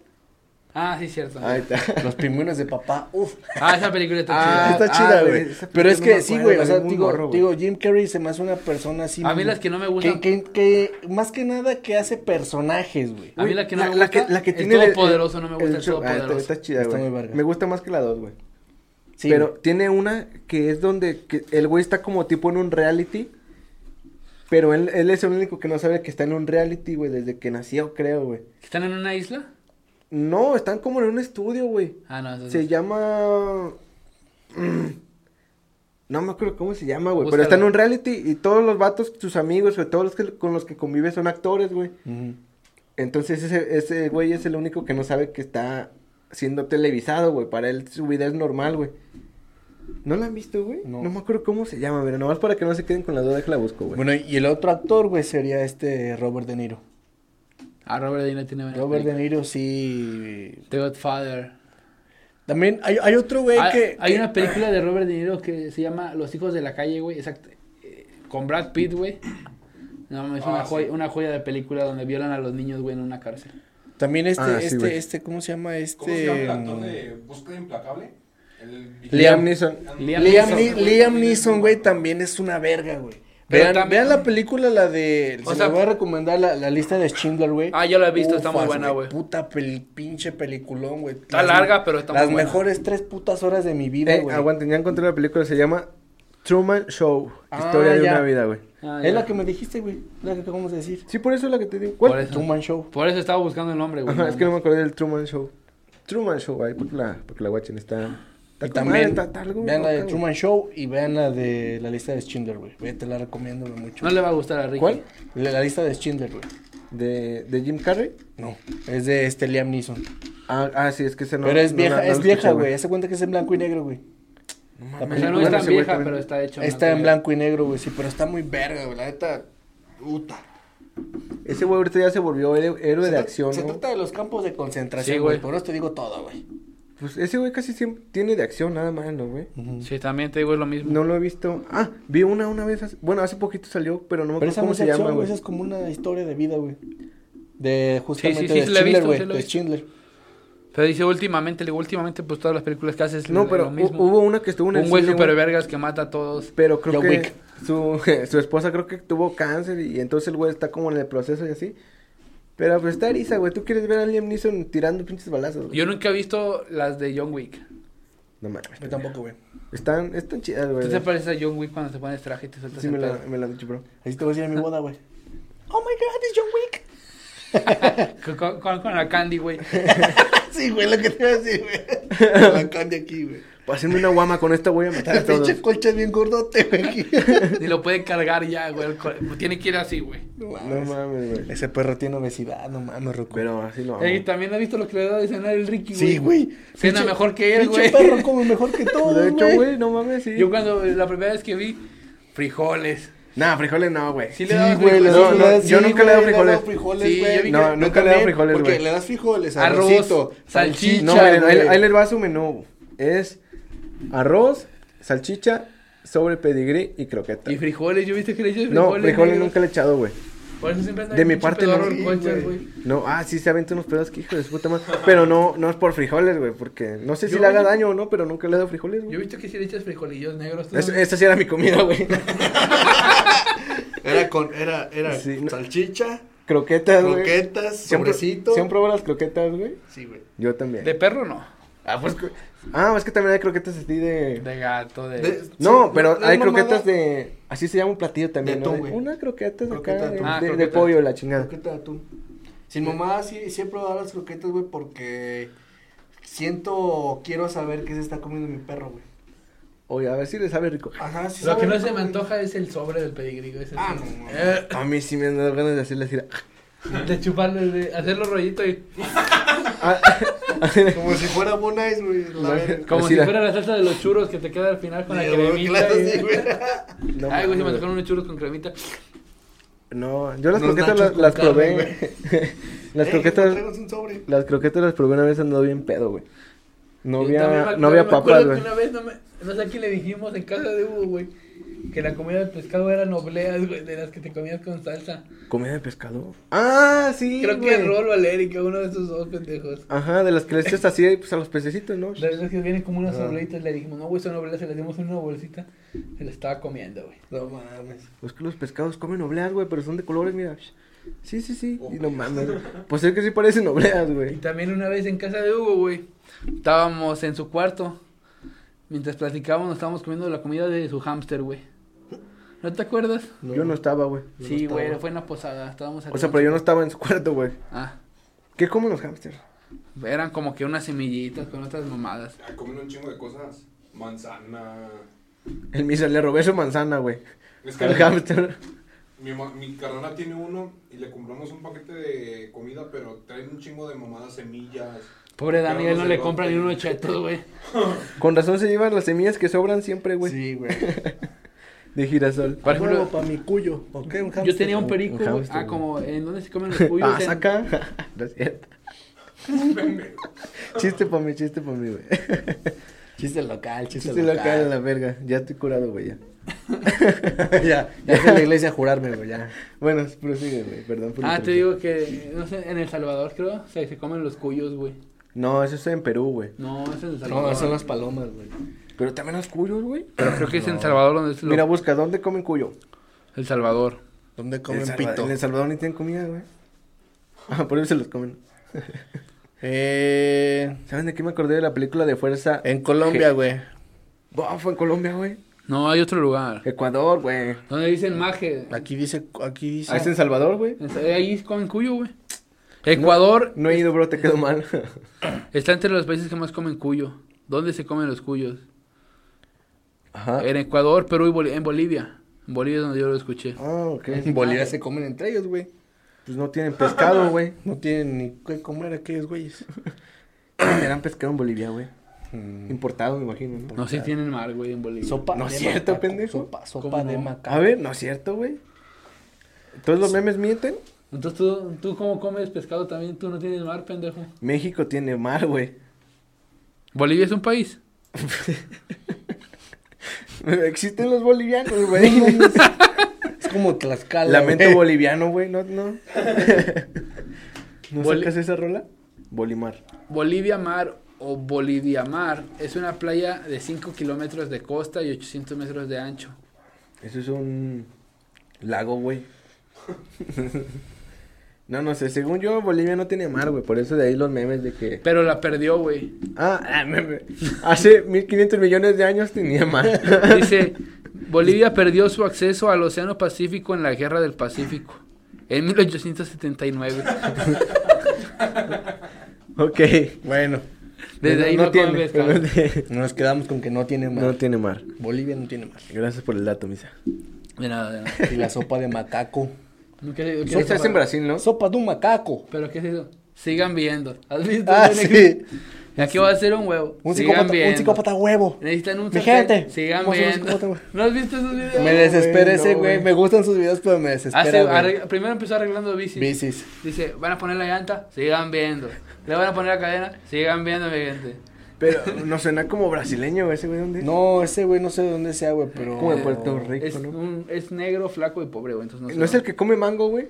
Speaker 2: Ah, sí, cierto.
Speaker 3: Ahí está.
Speaker 1: Los pingüinos de papá. Uf.
Speaker 2: Ah, esa película está
Speaker 3: Ah,
Speaker 2: chida.
Speaker 3: está
Speaker 1: Ah,
Speaker 3: chida,
Speaker 1: güey.
Speaker 3: güey. Esa
Speaker 1: Pero es
Speaker 3: película
Speaker 1: que
Speaker 3: no me
Speaker 1: sí,
Speaker 3: acuerdo,
Speaker 1: güey.
Speaker 3: la
Speaker 1: O sea,
Speaker 3: vi muy
Speaker 1: digo,
Speaker 3: morro, güey.
Speaker 1: digo, Jim Carrey se me hace una persona así.
Speaker 2: A mí las que no me
Speaker 1: Que,
Speaker 2: gustan.
Speaker 1: que, que más que nada que hace personajes, güey.
Speaker 2: A mí la que no me
Speaker 3: La que,
Speaker 2: gusta,
Speaker 3: la que
Speaker 2: el
Speaker 3: tiene... de-
Speaker 2: Todopoderoso, no me gusta el
Speaker 3: show- ah, está-
Speaker 2: Todopoderoso.
Speaker 3: está chida,
Speaker 1: Está
Speaker 3: güey.
Speaker 1: muy verga.
Speaker 3: Me gusta más que la 2, güey.
Speaker 1: Sí,
Speaker 3: pero
Speaker 1: güey.
Speaker 3: tiene una que es donde que el güey está como tipo en un reality. Pero él, él es el único que no sabe que está en un reality, güey, desde que nació, creo, güey.
Speaker 2: ¿Están en una isla?
Speaker 3: No, están como en un estudio, güey.
Speaker 2: Ah, no. eso
Speaker 3: Se
Speaker 2: sí.
Speaker 3: llama... Mm. No me acuerdo cómo se llama, güey. Pero
Speaker 2: Búscalo.
Speaker 3: está en un reality y todos los vatos, sus amigos, o todos los que, con los que convive son actores, güey.
Speaker 1: Ujú.
Speaker 3: Entonces ese, ese güey es el único que no sabe que está siendo televisado, güey. Para él su vida es normal, güey. ¿No la han visto, güey?
Speaker 1: No.
Speaker 3: No. me acuerdo cómo se llama, mira, nomás para que no se queden con la duda que la busco, güey.
Speaker 1: Bueno, y el otro actor, güey, sería este Robert De Niro.
Speaker 2: Ah, Robert De Niro tiene buenas
Speaker 1: Robert De
Speaker 2: películas.
Speaker 1: Niro, sí.
Speaker 2: The Godfather.
Speaker 1: También hay, hay otro, güey,
Speaker 2: Ah,
Speaker 1: que.
Speaker 2: hay
Speaker 1: que-
Speaker 2: una película de Robert De Niro que se llama Los hijos de la calle, güey. Exacto. eh, Con Brad Pitt, güey. No, mames, es
Speaker 4: Ah,
Speaker 2: una, joya,
Speaker 4: sí.
Speaker 2: una joya de película donde violan a los niños, güey, en una cárcel.
Speaker 1: También este,
Speaker 3: Ah, sí,
Speaker 1: este,
Speaker 3: güey.
Speaker 1: este, ¿cómo se llama? Este.
Speaker 4: ¿Cómo se llama el actor de Búsqueda Implacable? El...
Speaker 3: Liam Neeson.
Speaker 2: Liam
Speaker 1: Liam,
Speaker 2: Neeson,
Speaker 1: Ni- Liam Neeson, güey, también es una verga, güey.
Speaker 2: Pero
Speaker 1: Vean,
Speaker 2: también-
Speaker 1: vean la película, la de.
Speaker 2: O
Speaker 1: se
Speaker 2: sea-
Speaker 1: la voy a recomendar la, la lista de Schindler, güey.
Speaker 2: Ah, yo la he visto, está muy
Speaker 1: Ufas,
Speaker 2: buena, güey.
Speaker 1: Puta pel- pinche peliculón, güey.
Speaker 2: Está larga, pero está
Speaker 1: Las
Speaker 2: muy buena.
Speaker 1: mejores tres putas horas de mi vida,
Speaker 3: Eh,
Speaker 1: güey.
Speaker 3: aguanten, ya encontré la película, se llama Truman Show,
Speaker 1: Ah,
Speaker 3: Historia de
Speaker 1: ya.
Speaker 3: una vida, güey.
Speaker 2: Ah,
Speaker 1: es
Speaker 2: ya.
Speaker 1: la que me dijiste, güey. La que acabamos de decir.
Speaker 3: Sí, por eso es la que te digo.
Speaker 2: Por
Speaker 3: ¿Cuál?
Speaker 2: eso.
Speaker 1: Truman Show.
Speaker 2: Por eso estaba buscando el nombre, güey.
Speaker 3: Ajá,
Speaker 2: nada
Speaker 3: es que no me
Speaker 2: más.
Speaker 3: acordé del Truman Show. Truman Show, ahí, porque la, porque la guachen está... está
Speaker 1: Y
Speaker 3: con madre,
Speaker 1: también
Speaker 3: está- está algo
Speaker 1: vean la de
Speaker 3: loca, güey.
Speaker 1: Truman Show y vean la de la lista de Schindler, güey. Güey, Te la recomiendo, güey, mucho.
Speaker 2: No le va a gustar a Ricky.
Speaker 3: ¿Cuál?
Speaker 1: La, la lista de Schindler, güey.
Speaker 3: De, de Jim Carrey.
Speaker 1: No, es de este Liam Neeson.
Speaker 3: Ah, ah, sí, es que ese no...
Speaker 1: pero es
Speaker 3: no la-
Speaker 1: vieja,
Speaker 3: no la
Speaker 1: es
Speaker 3: escuché,
Speaker 1: vieja, güey. Hace cuenta que es en blanco y negro, güey. La
Speaker 2: O sea, no
Speaker 1: película de
Speaker 2: es tan
Speaker 1: ese
Speaker 3: güey
Speaker 2: vieja,
Speaker 3: también.
Speaker 2: pero está hecho.
Speaker 1: Está en blanco y negro, güey, sí, pero está muy verga, güey. La neta, puta.
Speaker 3: Ese güey ahorita ya se volvió héroe, héroe
Speaker 1: Se
Speaker 3: de
Speaker 1: tra-
Speaker 3: acción,
Speaker 1: Se
Speaker 3: ¿no?
Speaker 1: trata de los campos de concentración,
Speaker 2: Sí, güey.
Speaker 1: güey. Por eso te digo todo, güey.
Speaker 3: Pues ese güey casi siempre tiene de acción nada más, ¿no, güey?
Speaker 2: Sí, también te digo es lo mismo.
Speaker 3: No lo he visto. Ah, vi una una vez. hace- Bueno, hace poquito salió, pero no me
Speaker 1: Pero
Speaker 3: acuerdo
Speaker 1: esa
Speaker 3: cómo
Speaker 1: no
Speaker 3: se
Speaker 1: se
Speaker 3: llama, güey.
Speaker 1: esa es como una historia de vida, güey. De justamente
Speaker 2: Sí, sí, sí,
Speaker 1: de
Speaker 2: sí la he
Speaker 1: Schindler,
Speaker 2: visto,
Speaker 1: güey.
Speaker 2: sí la he
Speaker 1: de
Speaker 2: visto.
Speaker 1: Schindler.
Speaker 2: Pero dice últimamente, le digo, últimamente, pues todas las películas que haces.
Speaker 3: No,
Speaker 2: le-
Speaker 3: pero
Speaker 2: lo
Speaker 3: hu-
Speaker 2: mismo.
Speaker 3: hubo una que estuvo en el
Speaker 2: un güey
Speaker 3: cine,
Speaker 2: super vergas que mata a todos.
Speaker 3: Pero creo
Speaker 1: John
Speaker 3: que
Speaker 1: Wick.
Speaker 3: Su, su esposa creo que tuvo cáncer y entonces el güey está como en el proceso y así. Pero pues está eriza, güey. Tú quieres ver a Liam Neeson tirando pinches balazos, güey.
Speaker 2: Yo nunca he visto las de John Wick.
Speaker 3: No mames.
Speaker 1: Yo tampoco, güey.
Speaker 3: Están, están chidas, güey.
Speaker 2: ¿Tú te pareces a John Wick cuando se pones traje y te sueltas
Speaker 3: Pues, Sí,
Speaker 2: el
Speaker 3: me la,
Speaker 2: pedo?
Speaker 3: me la han dicho, bro.
Speaker 1: Así te voy a decir a mi boda, güey. Oh my god, es John Wick.
Speaker 2: Con, con- con la Candy, güey.
Speaker 1: Sí, güey, lo que te iba a decir, güey. La candy aquí, güey.
Speaker 3: Para hacerme una guama con esta voy a matar
Speaker 1: La
Speaker 3: a todos.
Speaker 1: pinche colcha es bien gordote, güey. aquí.
Speaker 2: Ni lo puede cargar ya, güey. el co- Tiene que ir así, güey.
Speaker 1: No
Speaker 3: No
Speaker 1: mames.
Speaker 3: mames, güey.
Speaker 1: Ese perro tiene obesidad, no mames, Rocco.
Speaker 3: Pero así lo amo.
Speaker 2: Ey, también has visto lo que le da de cenar el Ricky, güey.
Speaker 1: Sí, güey.
Speaker 2: Cena
Speaker 1: Pinche-
Speaker 2: mejor que él,
Speaker 1: pinche
Speaker 2: güey.
Speaker 1: perro come mejor que todo,
Speaker 3: De hecho, güey, no mames, sí.
Speaker 2: Yo cuando la primera vez que vi frijoles.
Speaker 3: Nah, frijoles no, güey.
Speaker 2: Sí,
Speaker 1: Sí,
Speaker 2: le dabas
Speaker 1: güey, le
Speaker 2: frijoles.
Speaker 1: das-
Speaker 3: No,
Speaker 1: le das-
Speaker 3: no, yo
Speaker 1: sí,
Speaker 3: nunca le he dado
Speaker 1: güey, he dado
Speaker 3: frijoles.
Speaker 1: frijoles,
Speaker 2: Sí,
Speaker 1: güey.
Speaker 2: yo vi que-
Speaker 1: No,
Speaker 3: No,
Speaker 1: yo
Speaker 3: nunca le he dado
Speaker 1: también,
Speaker 3: frijoles,
Speaker 1: Porque
Speaker 3: güey.
Speaker 1: le das frijoles,
Speaker 2: Arroz,
Speaker 1: arrocito,
Speaker 2: salchicha,
Speaker 3: No,
Speaker 1: güey.
Speaker 3: miren, ahí, ahí les va su menú. Es arroz, salchicha, sobre pedigrí y croqueta.
Speaker 2: Y frijoles, yo viste que le echas
Speaker 3: no,
Speaker 2: frijoles.
Speaker 3: frijoles
Speaker 2: negros?
Speaker 3: nunca le he echado, güey.
Speaker 2: Por eso siempre andan
Speaker 3: De mi
Speaker 2: pinche
Speaker 3: parte no.
Speaker 2: pedorro
Speaker 3: Sí,
Speaker 2: el coche,
Speaker 3: güey.
Speaker 2: güey.
Speaker 3: No, ah, sí se aventan unos pedos que hijo de su puta madre. Pero no, no es por frijoles, güey, porque no sé si
Speaker 2: Yo-
Speaker 3: le haga daño o no, pero nunca le he dado frijoles,
Speaker 2: Yo he
Speaker 3: güey.
Speaker 2: visto que si le echas frijolillos negros. tú
Speaker 3: Es-
Speaker 2: también.
Speaker 3: esa sí era mi comida, güey.
Speaker 1: Era con, era, era
Speaker 3: Sí, no.
Speaker 1: salchicha, Ah,
Speaker 3: Croquetas, güey.
Speaker 1: croquetas,
Speaker 3: ¿Sí han pro-
Speaker 1: sobrecito.
Speaker 3: ¿Sí han probado las croquetas, güey?
Speaker 1: Sí, güey.
Speaker 3: Yo también.
Speaker 2: De perro no.
Speaker 3: Ah, pues, que- ah, es que también hay croquetas así de...
Speaker 2: De gato, de.
Speaker 1: De-
Speaker 3: No,
Speaker 1: sí,
Speaker 3: pero
Speaker 1: la- la
Speaker 3: hay
Speaker 1: mamada-
Speaker 3: croquetas de... Así se llama un platillo también,
Speaker 1: De
Speaker 3: ¿no?
Speaker 1: atún, güey.
Speaker 3: Una croqueta de,
Speaker 1: Croqueta de
Speaker 3: acá, de,
Speaker 1: atún.
Speaker 2: Ah,
Speaker 3: de- de
Speaker 2: croqueta.
Speaker 3: pollo, la chingada.
Speaker 1: Croqueta de atún. Sin mamá, sí, sí he probado las croquetas, güey, porque siento, o quiero saber qué se está comiendo mi perro, güey.
Speaker 3: Oye, a ver si le sabe rico.
Speaker 1: Ajá, sí
Speaker 2: Lo
Speaker 1: sabe
Speaker 2: que no
Speaker 1: rico,
Speaker 2: se me
Speaker 1: güey.
Speaker 2: antoja es el sobre del pedigrí, güey. ese
Speaker 1: Ah,
Speaker 2: sí.
Speaker 1: no, no.
Speaker 2: Eh,
Speaker 3: A mí sí me han dado ganas de hacerle así.
Speaker 2: De chuparle, de hacerlo rollito y.
Speaker 3: Ah,
Speaker 1: Como si fuera Bon Ice, güey. la
Speaker 3: No,
Speaker 1: verga.
Speaker 2: Como
Speaker 3: Así
Speaker 2: si
Speaker 3: la-
Speaker 2: fuera la salsa de los churros que te queda al final con la
Speaker 1: Sí, güey,
Speaker 2: cremita.
Speaker 1: claro,
Speaker 2: y-
Speaker 1: sí, güey.
Speaker 3: no,
Speaker 2: Ay, güey, se me
Speaker 3: mames.
Speaker 2: antojaron unos churros con cremita.
Speaker 3: No, yo las
Speaker 1: Unos
Speaker 3: croquetas
Speaker 1: nachos
Speaker 3: las,
Speaker 1: con Eh,
Speaker 3: las
Speaker 2: carne,
Speaker 3: probé. las
Speaker 1: Ey,
Speaker 3: croquetas
Speaker 1: tráiganos un sobre.
Speaker 3: las croquetas las probé una vez andado bien pedo, güey. No
Speaker 2: Yo también
Speaker 3: había
Speaker 2: me
Speaker 3: no había
Speaker 2: acuerdo-
Speaker 3: papas,
Speaker 2: me
Speaker 3: güey.
Speaker 2: acuerdo que Una vez, no, me- no sé a quién le dijimos en casa de Hugo, güey, que la comida del pescado eran obleas, güey, de las que te comías con salsa.
Speaker 3: Comida de pescado. Ah, sí,
Speaker 2: Creo que
Speaker 3: güey.
Speaker 2: es Rol o Alérica, uno de esos dos pendejos.
Speaker 3: Ajá, de las que le echas así pues, a los pececitos, ¿no?
Speaker 2: De las que vienen como unas
Speaker 3: Ah.
Speaker 2: obleitas, le dijimos, no, güey, son obleas, se las dimos en una bolsita, se las estaba comiendo, güey.
Speaker 1: No mames.
Speaker 3: Pues que los pescados comen obleas, güey, pero son de colores, mira. Sí, sí, sí. Y no mames. güey. Pues es que sí parecen obleas,
Speaker 2: Y
Speaker 3: güey.
Speaker 2: también una vez en casa de Hugo, güey, estábamos en su cuarto. Mientras platicábamos, nos estábamos comiendo la comida de su hámster, güey. ¿No te acuerdas?
Speaker 3: Yo no estaba, güey.
Speaker 1: Yo no
Speaker 2: sí,
Speaker 1: estaba.
Speaker 2: güey, fue en la posada, estábamos
Speaker 3: O sea, pero yo no estaba en su cuarto, güey.
Speaker 2: Ah,
Speaker 3: ¿Qué comen los hámsters?
Speaker 2: eran como que unas semillitas con otras mamadas.
Speaker 4: Ah, comen un chingo de cosas. Manzana.
Speaker 3: El misa le robé su manzana, güey.
Speaker 4: Es que
Speaker 3: Al hámster.
Speaker 4: mi, ma- mi carnala tiene uno y le compramos un paquete de comida, pero traen un chingo de mamadas, semillas.
Speaker 2: Pobre Daniel, no
Speaker 4: Pero
Speaker 2: le
Speaker 4: se
Speaker 2: compra ni
Speaker 4: rompe.
Speaker 2: unos chetos, güey.
Speaker 3: Con razón se llevan las semillas que sobran siempre, güey.
Speaker 1: Sí, güey.
Speaker 3: De girasol.
Speaker 2: Por ejemplo,
Speaker 1: Huevo pa' mi cuyo. ¿O qué? Un
Speaker 2: yo
Speaker 1: hámster.
Speaker 2: tenía un perico,
Speaker 3: Un
Speaker 2: güey.
Speaker 3: hámster,
Speaker 2: Ah,
Speaker 3: güey.
Speaker 2: como, ¿en dónde se comen los cuyos?
Speaker 3: ah,
Speaker 2: En-
Speaker 3: saca. no es cierto. chiste pa' mí, chiste pa' mí, güey.
Speaker 1: Chiste local, chiste,
Speaker 3: Chiste
Speaker 1: local.
Speaker 3: local a la verga. Ya estoy curado, güey, ya.
Speaker 1: ya, ya fui a la iglesia a jurarme, güey, ya.
Speaker 3: Bueno, prosigue, güey. Perdón por la
Speaker 2: Ah, te digo
Speaker 3: interrupción.
Speaker 2: que, no sé, en El Salvador, creo, se, se comen los cuyos, güey.
Speaker 3: No, eso es en Perú, güey.
Speaker 2: No, es en El Salvador.
Speaker 1: No, son las palomas, güey.
Speaker 3: Pero también los cuyos, güey.
Speaker 2: Pero creo que es en El Salvador donde es lo-
Speaker 3: Mira, busca, ¿dónde comen cuyo?
Speaker 2: El Salvador.
Speaker 1: ¿Dónde
Speaker 3: en,
Speaker 1: comen
Speaker 3: Salva-
Speaker 1: pito?
Speaker 3: en El Salvador ni tienen comida, güey. Ah, por eso se los comen.
Speaker 1: Eh,
Speaker 3: ¿Saben de qué me acordé de la película de Fuerza?
Speaker 1: en Colombia,
Speaker 3: G?
Speaker 1: güey.
Speaker 3: Buah, fue en Colombia, güey.
Speaker 2: No, hay otro lugar.
Speaker 3: Ecuador, güey.
Speaker 2: Donde dicen maje.
Speaker 1: Aquí dice, aquí dice.
Speaker 3: Ah, es en Salvador, güey.
Speaker 2: En- Ahí comen cuyo, güey. Ecuador
Speaker 3: No he ido, bro, te quedó mal.
Speaker 2: está entre los países que más comen cuyo. ¿Dónde se comen los cuyos?
Speaker 3: Ajá.
Speaker 2: En Ecuador, Perú y Boli- en Bolivia. En Bolivia es donde yo lo escuché.
Speaker 3: Ah, ok.
Speaker 1: En Bolivia se comen entre ellos, güey.
Speaker 3: Pues no tienen pescado, güey.
Speaker 1: No tienen ni qué comer aquellos güeyes.
Speaker 3: Eran pescado en Bolivia, güey.
Speaker 1: Mm.
Speaker 3: Importado, me imagino, ¿no?
Speaker 2: No sé si tienen mar, güey, en Bolivia.
Speaker 1: Sopa.
Speaker 3: No
Speaker 1: de
Speaker 3: es cierto,
Speaker 1: macaco,
Speaker 3: pendejo.
Speaker 1: Sopa, sopa
Speaker 2: ¿Cómo
Speaker 1: de
Speaker 2: no?
Speaker 1: macaco.
Speaker 3: A ver, no es cierto, güey. ¿Todos los memes mienten?
Speaker 2: Entonces tú, tú cómo comes pescado también, tú no tienes mar, pendejo.
Speaker 3: México tiene mar, güey.
Speaker 2: Bolivia es un país.
Speaker 3: Existen los bolivianos, güey.
Speaker 1: Es como Tlaxcala.
Speaker 3: Lamento
Speaker 1: güey.
Speaker 3: boliviano, güey. No, no. ¿No
Speaker 2: Boli-
Speaker 3: sacas esa rola? Bolimar.
Speaker 2: Bolivia Mar o Bolivia Mar es una playa de 5 kilómetros de costa y 800 metros de ancho.
Speaker 3: Eso es un lago, güey. No, no sé, según yo, Bolivia no tiene mar, güey, por eso de ahí los memes de que...
Speaker 2: Pero la perdió, güey.
Speaker 3: Ah, ah, me- me- hace 1500 millones de años tenía mar.
Speaker 2: Dice, Bolivia perdió su acceso al Océano Pacífico en la Guerra del Pacífico. En 1879.
Speaker 3: ok.
Speaker 1: Bueno,
Speaker 2: Desde
Speaker 3: No-
Speaker 2: ahí
Speaker 3: no,
Speaker 2: no,
Speaker 3: tiene,
Speaker 2: come
Speaker 3: pero
Speaker 2: pescado.
Speaker 3: no tiene-
Speaker 1: nos quedamos con que no tiene mar.
Speaker 3: no tiene mar.
Speaker 1: Bolivia no tiene mar.
Speaker 3: Gracias por el dato, misa.
Speaker 2: De nada, de nada.
Speaker 1: Y la sopa de macaco.
Speaker 2: No quiere-
Speaker 3: Eso
Speaker 2: quiere-
Speaker 3: estás en Brasil, ¿no?
Speaker 1: Sopa de un macaco.
Speaker 2: ¿Pero qué es eso? Sigan viendo. ¿Has visto?
Speaker 1: Ah,
Speaker 2: Ven aquí.
Speaker 1: sí.
Speaker 2: Y aquí va a ser un huevo.
Speaker 1: Un
Speaker 2: Sigan
Speaker 1: psicópata, un
Speaker 2: viendo.
Speaker 1: psicópata huevo.
Speaker 2: Necesitan un
Speaker 1: Mi
Speaker 2: sartén.
Speaker 1: gente,
Speaker 2: Sigan
Speaker 1: vamos a un psicópata,
Speaker 2: viendo.
Speaker 1: güey.
Speaker 2: ¿No has visto esos videos?
Speaker 1: Me desespera
Speaker 3: güey,
Speaker 1: ese
Speaker 3: no,
Speaker 1: güey.
Speaker 3: güey.
Speaker 1: Me gustan sus videos, pero me
Speaker 2: Hace-
Speaker 1: desespera. güey.
Speaker 2: arregla- primero empezó arreglando bicis.
Speaker 1: Bicis.
Speaker 2: Dice, van a poner la llanta, sigan viendo. Le van a poner la cadena, sigan viendo, mi gente.
Speaker 3: Pero no suena como brasileño, güey, ese güey, ¿dónde? es?
Speaker 1: No, ese güey no sé de dónde sea, güey, pero.
Speaker 3: Como de Puerto Rico,
Speaker 2: Es,
Speaker 3: ¿no?
Speaker 2: un- es negro, flaco y pobre, güey. Entonces no, sé.
Speaker 3: ¿No es el que come mango, güey?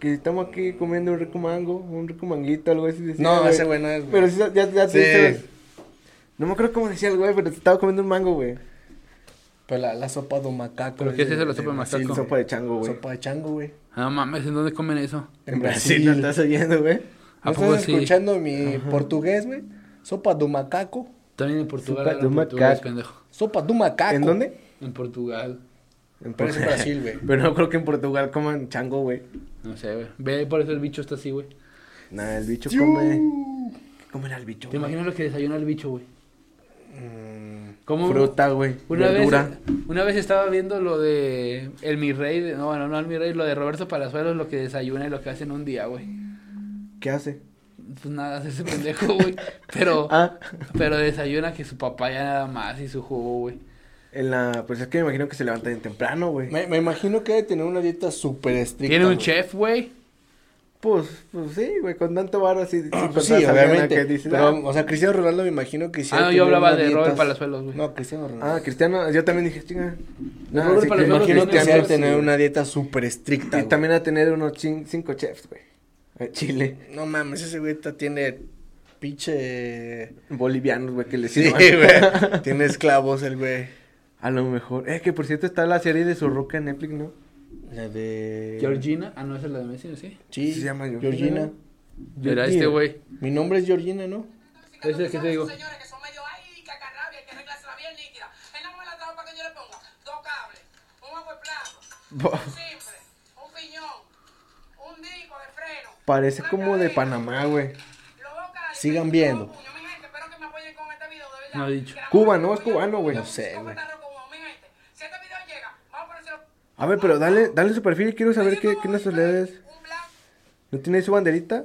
Speaker 3: Que estamos aquí comiendo un rico mango, un rico manguito, algo así. decía,
Speaker 1: No, ese güey no es, güey.
Speaker 3: Pero sí, ya, ya, ya
Speaker 1: Sí.
Speaker 3: sabes. No me acuerdo cómo decía el güey, pero estaba comiendo un mango, güey.
Speaker 1: Pero la, la sopa de macaco.
Speaker 2: ¿Pero qué es
Speaker 1: de-
Speaker 2: eso, la
Speaker 1: de
Speaker 2: sopa de
Speaker 1: Brasil, güey.
Speaker 2: macaco?
Speaker 3: Sopa de chango, güey.
Speaker 1: Sopa de chango, güey.
Speaker 2: Ah, mames, ¿en dónde comen eso?
Speaker 1: En Brasil.
Speaker 3: ¿No estás oyendo, güey?
Speaker 2: ¿A
Speaker 1: ¿No
Speaker 2: poco
Speaker 1: estás
Speaker 2: sí?
Speaker 1: escuchando mi portugués, güey? Sopa de macaco.
Speaker 2: También en Portugal.
Speaker 3: Sopa
Speaker 2: hablan
Speaker 3: de un
Speaker 2: portugués,
Speaker 3: macaco.
Speaker 2: pendejo.
Speaker 1: Sopa de macaco.
Speaker 3: ¿En dónde?
Speaker 2: En Portugal.
Speaker 3: En
Speaker 1: Pero es Ah, en Brasil, güey.
Speaker 3: Pero no creo que en Portugal coman chango, güey.
Speaker 2: No sé, güey. Ve, por eso el bicho está así, güey.
Speaker 3: Nah, el bicho
Speaker 1: Tiu.
Speaker 3: come. ¿Qué comerá el bicho?
Speaker 2: ¿Te
Speaker 3: güey?
Speaker 2: imaginas lo que desayuna el bicho, güey?
Speaker 1: Mm,
Speaker 2: ¿Cómo?
Speaker 3: Fruta, güey.
Speaker 2: Una vez,
Speaker 3: verdura.
Speaker 2: una vez estaba viendo lo de El Mi Rey, de- no, bueno, no El Mi Rey, lo de Roberto Palazuelos, lo que desayuna y lo que hace en un día, güey.
Speaker 3: ¿Qué hace?
Speaker 2: Pues nada, hace ese pendejo, güey. Pero,
Speaker 3: Ah,
Speaker 2: pero desayuna que su papaya nada más y su jugo, güey.
Speaker 3: en la. Pues es que me imagino que se levanta bien temprano, güey.
Speaker 1: Me, me imagino que debe tener una dieta súper estricta.
Speaker 2: Tiene un
Speaker 1: güey.
Speaker 2: chef, güey.
Speaker 3: Pues, pues sí, güey, con tanto varo así. sin
Speaker 1: Ah,
Speaker 3: contar
Speaker 1: pues sí,
Speaker 3: esa
Speaker 1: obviamente.
Speaker 3: vena que dices,
Speaker 1: pero,
Speaker 3: ah,
Speaker 1: o sea, Cristiano Ronaldo me imagino que sí.
Speaker 2: Ah, no,
Speaker 1: debe
Speaker 2: yo
Speaker 1: tener
Speaker 2: hablaba
Speaker 1: una
Speaker 2: de
Speaker 1: dieta-
Speaker 2: Robert Palazuelos, güey.
Speaker 1: No, Cristiano Ronaldo.
Speaker 3: ah, Cristiano, yo también dije, chinga. No,
Speaker 2: Robert
Speaker 3: así
Speaker 1: Me
Speaker 3: que
Speaker 2: Palazuelos
Speaker 1: imagino
Speaker 2: tiene
Speaker 1: que sí
Speaker 2: algo
Speaker 1: debe
Speaker 2: así,
Speaker 1: tener
Speaker 2: güey.
Speaker 1: una dieta súper estricta.
Speaker 3: Y
Speaker 1: güey.
Speaker 3: también a tener unos chin- cinco chefs, güey. Eh, Chile.
Speaker 1: No mames, ese güey ta- tiene pinche...
Speaker 3: Bolivianos, güey, que les
Speaker 1: Sí,
Speaker 3: sirvan.
Speaker 1: güey. tiene esclavos el güey.
Speaker 3: A lo mejor. Eh, que por cierto está la serie de Sorroca en Netflix, ¿no?
Speaker 1: La de...
Speaker 2: Georgina, ah, no, esa es la de Messi, ¿no? ¿sí?
Speaker 1: Sí,
Speaker 3: Se llama Georgina.
Speaker 1: Georgina.
Speaker 2: Era este, güey.
Speaker 1: Mi nombre es Georgina, ¿no?
Speaker 2: Ese es que te digo.
Speaker 5: Señores que son medio ahí, cacarrabia, hay que arreglársela bien líquida. Él no me la trajo para que yo le ponga dos cables, un agua plato,
Speaker 3: Bo-
Speaker 5: un cifre, un piñón, un disco de freno.
Speaker 3: Parece como de Panamá, güey.
Speaker 5: los dos cables,
Speaker 1: Sigan
Speaker 5: un
Speaker 1: viendo.
Speaker 5: puño. Mi gente, espero que me apoyen con este video, de verdad.
Speaker 2: No ha dicho.
Speaker 5: Que la
Speaker 3: Cuba,
Speaker 5: mujer
Speaker 3: ¿no? Es
Speaker 5: apoyó.
Speaker 3: cubano, güey.
Speaker 5: Yo
Speaker 3: No
Speaker 1: sé,
Speaker 5: soy
Speaker 1: güey.
Speaker 5: cubano como, mi gente. Si este video llega, vamos a ponérselo-
Speaker 3: A ver, pero dale, dale su perfil y quiero saber qué, qué nacionalidad es.
Speaker 5: Un blanco.
Speaker 3: ¿No tiene su banderita?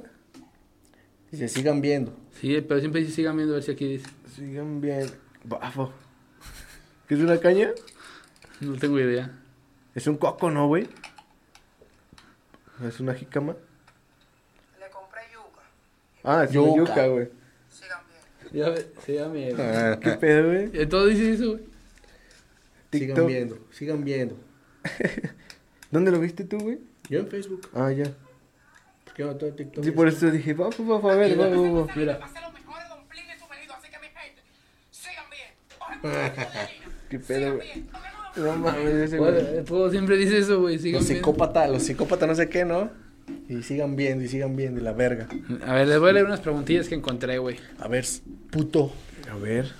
Speaker 1: Y se sigan viendo.
Speaker 2: Sí, pero siempre dice, sigan viendo a ver si aquí dice.
Speaker 3: Sigan bien. Bafo. ¿Qué es una caña?
Speaker 2: No tengo idea.
Speaker 3: Es un coco, ¿no, güey? Es una jícama.
Speaker 5: Le compré yuca.
Speaker 3: Ah, es
Speaker 1: Yuca.
Speaker 3: una yuca, güey.
Speaker 5: Sigan viendo.
Speaker 2: Ya, ve- sí, ya me...
Speaker 3: ¿Qué pedo, güey?
Speaker 2: Entonces Ah. Eh, dice eso, güey.
Speaker 1: Sigan
Speaker 3: TikTok.
Speaker 1: viendo, sigan viendo.
Speaker 3: ¿Dónde lo viste tú, güey?
Speaker 1: Yo en Facebook,
Speaker 3: Ah, ya.
Speaker 1: porque yo no tengo TikTok.
Speaker 3: Sí, por eso dije, va, pues, va, va, a ver, va, va, va.
Speaker 2: Mira.
Speaker 5: Hacer los mejores domplines sumergidos, así que mi gente, sigan bien. Oye, sigan
Speaker 3: Qué pedo, güey.
Speaker 5: bien. Porque
Speaker 3: No
Speaker 5: no-
Speaker 3: mames, ese güey.
Speaker 2: Bueno, Todo siempre dice eso, güey. Sigan
Speaker 1: Los
Speaker 2: viendo.
Speaker 1: psicópatas, los psicópatas no sé qué, ¿no? Y sigan viendo, y sigan viendo, y la verga.
Speaker 2: A ver, les voy a leer unas preguntillas que encontré, güey.
Speaker 1: A ver, puto.
Speaker 3: A ver.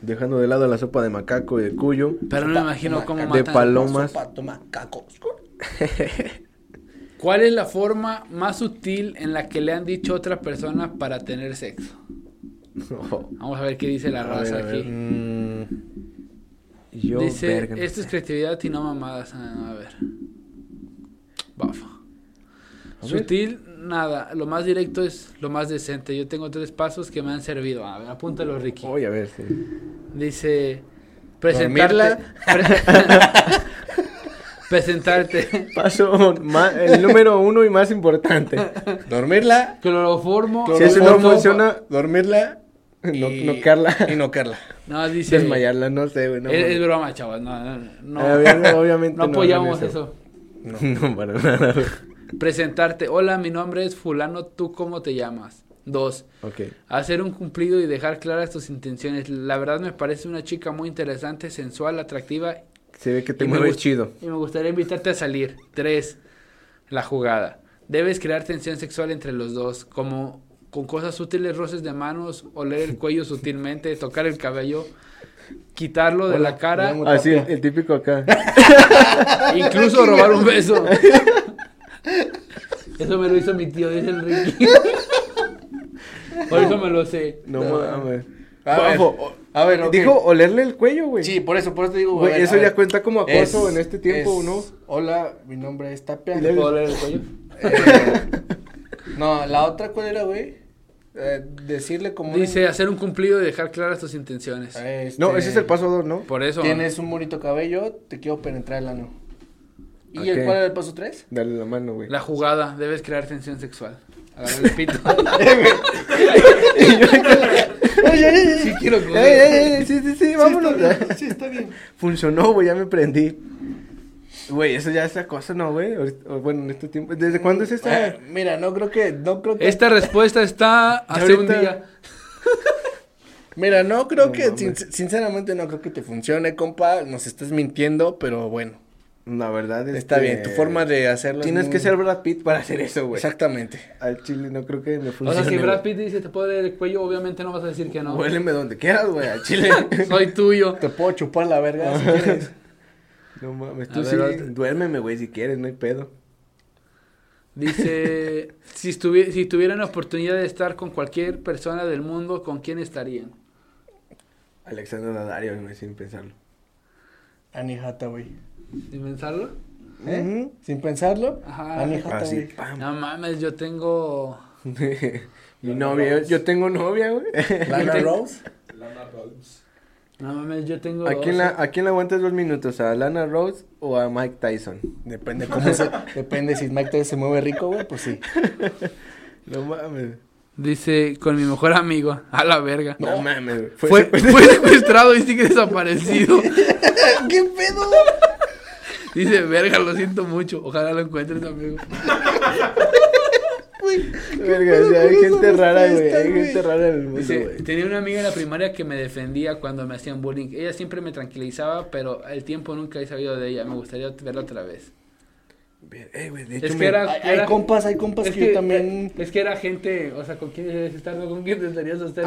Speaker 3: Dejando de lado la sopa de macaco y de cuyo.
Speaker 2: Pero no me imagino cómo
Speaker 3: De
Speaker 2: matan.
Speaker 3: palomas.
Speaker 1: Sopa, toma, cacos.
Speaker 2: ¿Cuál es la forma más sutil en la que le han dicho a otra persona para tener sexo?
Speaker 3: No.
Speaker 2: Vamos a ver qué dice la
Speaker 3: A
Speaker 2: raza
Speaker 3: ver, a ver.
Speaker 2: Ah, aquí.
Speaker 1: Mm,
Speaker 3: Yo,
Speaker 2: dice,
Speaker 3: verga.
Speaker 2: esto es creatividad y no mamadas. Ah, a ver. Bafa.
Speaker 3: A ver.
Speaker 2: Sutil, nada. Lo más directo es lo más decente. Yo tengo tres pasos que me han servido. A ver, apúntalo, Ricky.
Speaker 3: Oye, a ver, sí.
Speaker 2: Dice, presentarla. presentarte.
Speaker 3: Paso, ma- el número uno y más importante.
Speaker 1: Dormirla.
Speaker 2: Cloroformo.
Speaker 3: Si eso no
Speaker 2: cloroformo.
Speaker 3: funciona,
Speaker 1: Dormirla.
Speaker 3: No-
Speaker 1: y-
Speaker 3: noquearla.
Speaker 1: Y noquearla.
Speaker 2: No, dice.
Speaker 3: desmayarla, no sé, güey. No,
Speaker 2: es, es
Speaker 3: mames.
Speaker 2: broma, chavos. No, no, no.
Speaker 3: A ver, obviamente
Speaker 2: No
Speaker 3: no hagan
Speaker 2: apoyamos
Speaker 3: eso.
Speaker 2: eso.
Speaker 3: no. para nada, güey.
Speaker 2: Presentarte. Hola, mi nombre es Fulano. ¿Tú cómo te llamas? Dos.
Speaker 3: Ok.
Speaker 2: Hacer un cumplido y dejar claras tus intenciones. La verdad me parece una chica muy interesante, sensual, atractiva.
Speaker 3: Se ve que te
Speaker 2: y me
Speaker 3: mueves
Speaker 2: gust-
Speaker 3: chido.
Speaker 2: Y me gustaría invitarte a salir. Tres. La jugada. Debes crear tensión sexual entre los dos, como con cosas útiles, roces de manos, oler el cuello sutilmente, tocar el cabello, quitarlo de la cara,
Speaker 1: Hola.
Speaker 3: Así, Ah, el típico acá.
Speaker 2: incluso robar un beso. Eso me lo hizo mi tío, dice el Ricky. Por eso me lo sé.
Speaker 3: No
Speaker 1: No.
Speaker 3: mames.
Speaker 1: A ver,
Speaker 3: Ojo, o- eh,
Speaker 1: a ver, ok.
Speaker 3: Dijo olerle el cuello, güey.
Speaker 1: Sí, por eso, por eso te digo,
Speaker 3: Güey,
Speaker 1: a ver,
Speaker 3: eso
Speaker 1: a
Speaker 3: ya
Speaker 1: ver.
Speaker 3: cuenta como acoso
Speaker 1: Es-
Speaker 3: en este tiempo,
Speaker 1: es-
Speaker 3: ¿no?
Speaker 1: Hola, mi nombre es Tapia.
Speaker 3: le-
Speaker 2: ¿Puedo oler el cuello?
Speaker 1: Eh, no, la otra, ¿cuál era, güey? Eh, decirle como. una-
Speaker 2: Dice hacer un cumplido y dejar claras tus intenciones.
Speaker 1: Este,
Speaker 3: No, ese es el paso 2, ¿no?
Speaker 2: Por eso.
Speaker 1: Tienes un bonito cabello, te quiero penetrar el ano. ¿Y
Speaker 3: Ok.
Speaker 1: el cuál era el paso 3?
Speaker 3: Dale la mano, güey.
Speaker 2: La jugada, debes crear tensión sexual. Agarrar el pito. sí quiero
Speaker 3: Ey,
Speaker 2: coger.
Speaker 3: ey, ey, sí, sí, sí, vámonos.
Speaker 1: Sí, está bien.
Speaker 3: Funcionó, güey, ya me prendí. Güey, eso ya es acoso, ¿no, güey? Ahorita- o Bueno, en este tiempo. ¿Desde cuándo es esta?
Speaker 1: Eh, mira, no creo que, no creo que.
Speaker 2: Esta respuesta está hace un
Speaker 3: ahorita-
Speaker 2: día.
Speaker 1: Mira, no creo
Speaker 3: No
Speaker 1: que,
Speaker 3: mames.
Speaker 1: sin- sinceramente no creo que te funcione, compa. Nos estás mintiendo, pero bueno,
Speaker 3: La verdad
Speaker 1: está
Speaker 3: este,
Speaker 1: bien. Tu forma de hacerlo. es
Speaker 3: Tienes
Speaker 1: muy-
Speaker 3: que ser Brad Pitt para hacer eso, güey.
Speaker 1: Exactamente.
Speaker 3: Al chile no creo que me
Speaker 2: O
Speaker 3: funcione.
Speaker 2: sea, si Brad
Speaker 3: güey.
Speaker 2: Pitt dice te puedo leer el cuello, obviamente no vas a decir que no.
Speaker 3: Huéleme donde quieras, güey, al chile.
Speaker 2: Soy tuyo.
Speaker 1: Te puedo chupar la verga si quieres.
Speaker 3: no mames,
Speaker 2: A
Speaker 3: tú
Speaker 2: ver,
Speaker 3: sí,
Speaker 2: otra.
Speaker 3: duérmeme, güey, si quieres, no hay pedo.
Speaker 2: Dice, si, estuvi- si tuvieran la oportunidad de estar con cualquier persona del mundo, ¿con quién estarían?
Speaker 3: Alexander Daddario, güey, sin pensarlo.
Speaker 1: Annie Hathaway.
Speaker 2: ¿Sin pensarlo?
Speaker 1: ¿Eh?
Speaker 3: Ujú. Ah,
Speaker 1: Sin pensarlo,
Speaker 2: Ajá.
Speaker 1: Annie
Speaker 3: Así,
Speaker 1: Hathaway.
Speaker 3: pam.
Speaker 2: No mames, yo tengo...
Speaker 3: Mi novia, yo, yo tengo novia, güey.
Speaker 1: Lana Rose.
Speaker 4: Lana Rhodes.
Speaker 2: No mames, yo tengo...
Speaker 3: ¿A
Speaker 2: dos.
Speaker 3: quién, la, ¿A quién le aguantas dos minutos? ¿A Lana Rose o a Mike Tyson?
Speaker 1: Depende cómo se, depende si Mike Tyson se mueve rico, güey, pues sí.
Speaker 3: No mames.
Speaker 2: Dice, con mi mejor amigo. A la verga.
Speaker 3: No, mames, güey. Fue-
Speaker 2: Fue, fue secuestrado y sigue desaparecido.
Speaker 1: ¿Qué pedo?
Speaker 2: Dice, verga, lo siento mucho. Ojalá lo encuentres, amigo.
Speaker 3: Verga, o sea, hay gente rara, güey. Hay gente rara en el mundo,
Speaker 2: Dice,
Speaker 3: güey.
Speaker 2: tenía una amiga en la primaria que me defendía cuando me hacían bullying. Ella siempre me tranquilizaba, pero al tiempo nunca he sabido de ella. Me gustaría verla otra vez.
Speaker 3: Ver- Eh, güey, de
Speaker 2: Es
Speaker 3: hecho,
Speaker 2: que
Speaker 3: me-
Speaker 2: era-
Speaker 1: Hay, hay compas, hay compas que, yo también.
Speaker 2: Ah, Es que era gente, o sea, ¿con quién debes estar? no? ¿Con quién te estarías ustedes?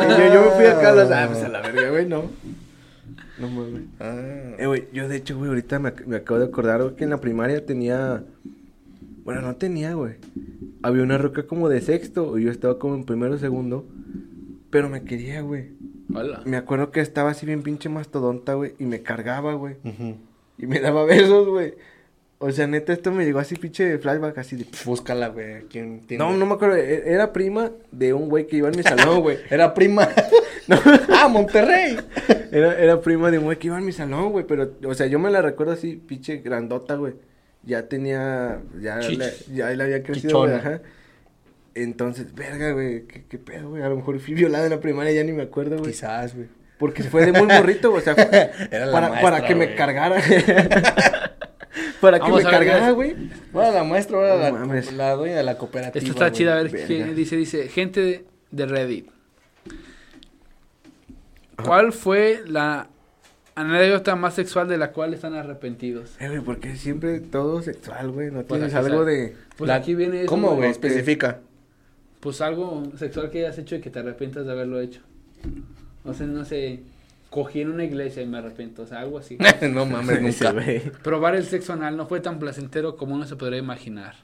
Speaker 1: Ah.
Speaker 3: ok, Yo, yo me fui acá a las... Ah, pues a la verga, güey, no. No mames.
Speaker 1: Ah.
Speaker 3: Eh, güey, yo de hecho, güey, ahorita me, ac- me acabo de acordar güey, que en la primaria tenía... Bueno, no tenía, güey. Había una roca como de sexto y yo estaba como en primero o segundo. Pero me quería, güey.
Speaker 2: Hola.
Speaker 3: Me acuerdo que estaba así bien pinche mastodonta, güey. Y me cargaba, güey.
Speaker 1: Ujú.
Speaker 3: Y me daba besos, güey. O sea, neta, esto me llegó así pinche flashback, así de...
Speaker 1: Búscala, güey. ¿Quién tiene?
Speaker 3: No, no me acuerdo. e- Era prima de un güey que iba en mi salón, güey.
Speaker 1: Era prima. Ah, Monterrey.
Speaker 3: Era, era prima de un güey que iba en mi salón, güey. Pero, o sea, yo me la recuerdo así, pinche grandota, güey. Ya tenía. Ya,
Speaker 2: Chichis.
Speaker 3: le- ya le había crecido, güey.
Speaker 1: Chichona.
Speaker 3: Ajá. Entonces, verga, güey. ¿qué, qué pedo, güey? A lo mejor fui violada en la primaria, ya ni me acuerdo, güey.
Speaker 1: Quizás, güey.
Speaker 3: Porque fue de muy morrito, güey, o sea.
Speaker 1: Era la
Speaker 3: para,
Speaker 1: maestra,
Speaker 3: para que me
Speaker 1: güey.
Speaker 3: cargara. para que
Speaker 2: Vamos
Speaker 3: me
Speaker 2: a ver,
Speaker 3: cargara,
Speaker 2: güey.
Speaker 3: güey.
Speaker 1: Bueno, la maestra, ahora
Speaker 3: No
Speaker 1: la,
Speaker 3: mames.
Speaker 1: la dueña de la cooperativa.
Speaker 2: Esto está
Speaker 1: güey.
Speaker 2: chida, a ver
Speaker 3: verga.
Speaker 2: qué dice. Dice, gente de, de Reddit. ¿Cuál fue la anécdota más sexual de la cual están arrepentidos?
Speaker 3: Eh, güey, porque siempre todo sexual, güey. No
Speaker 2: Pues
Speaker 3: tienes
Speaker 2: aquí
Speaker 3: algo
Speaker 2: sale.
Speaker 3: de.
Speaker 2: Pues
Speaker 1: La-
Speaker 2: aquí viene eso,
Speaker 1: ¿Cómo, güey?
Speaker 3: Ok.
Speaker 1: Especifica.
Speaker 2: Pues algo sexual que hayas hecho y que te arrepientas de haberlo hecho. O sea, no sé, cogí en una iglesia y me arrepiento, o sea, algo así.
Speaker 1: no mames,
Speaker 3: Ese,
Speaker 1: nunca.
Speaker 3: güey.
Speaker 2: Probar el sexo anal no fue tan placentero como uno se podría imaginar.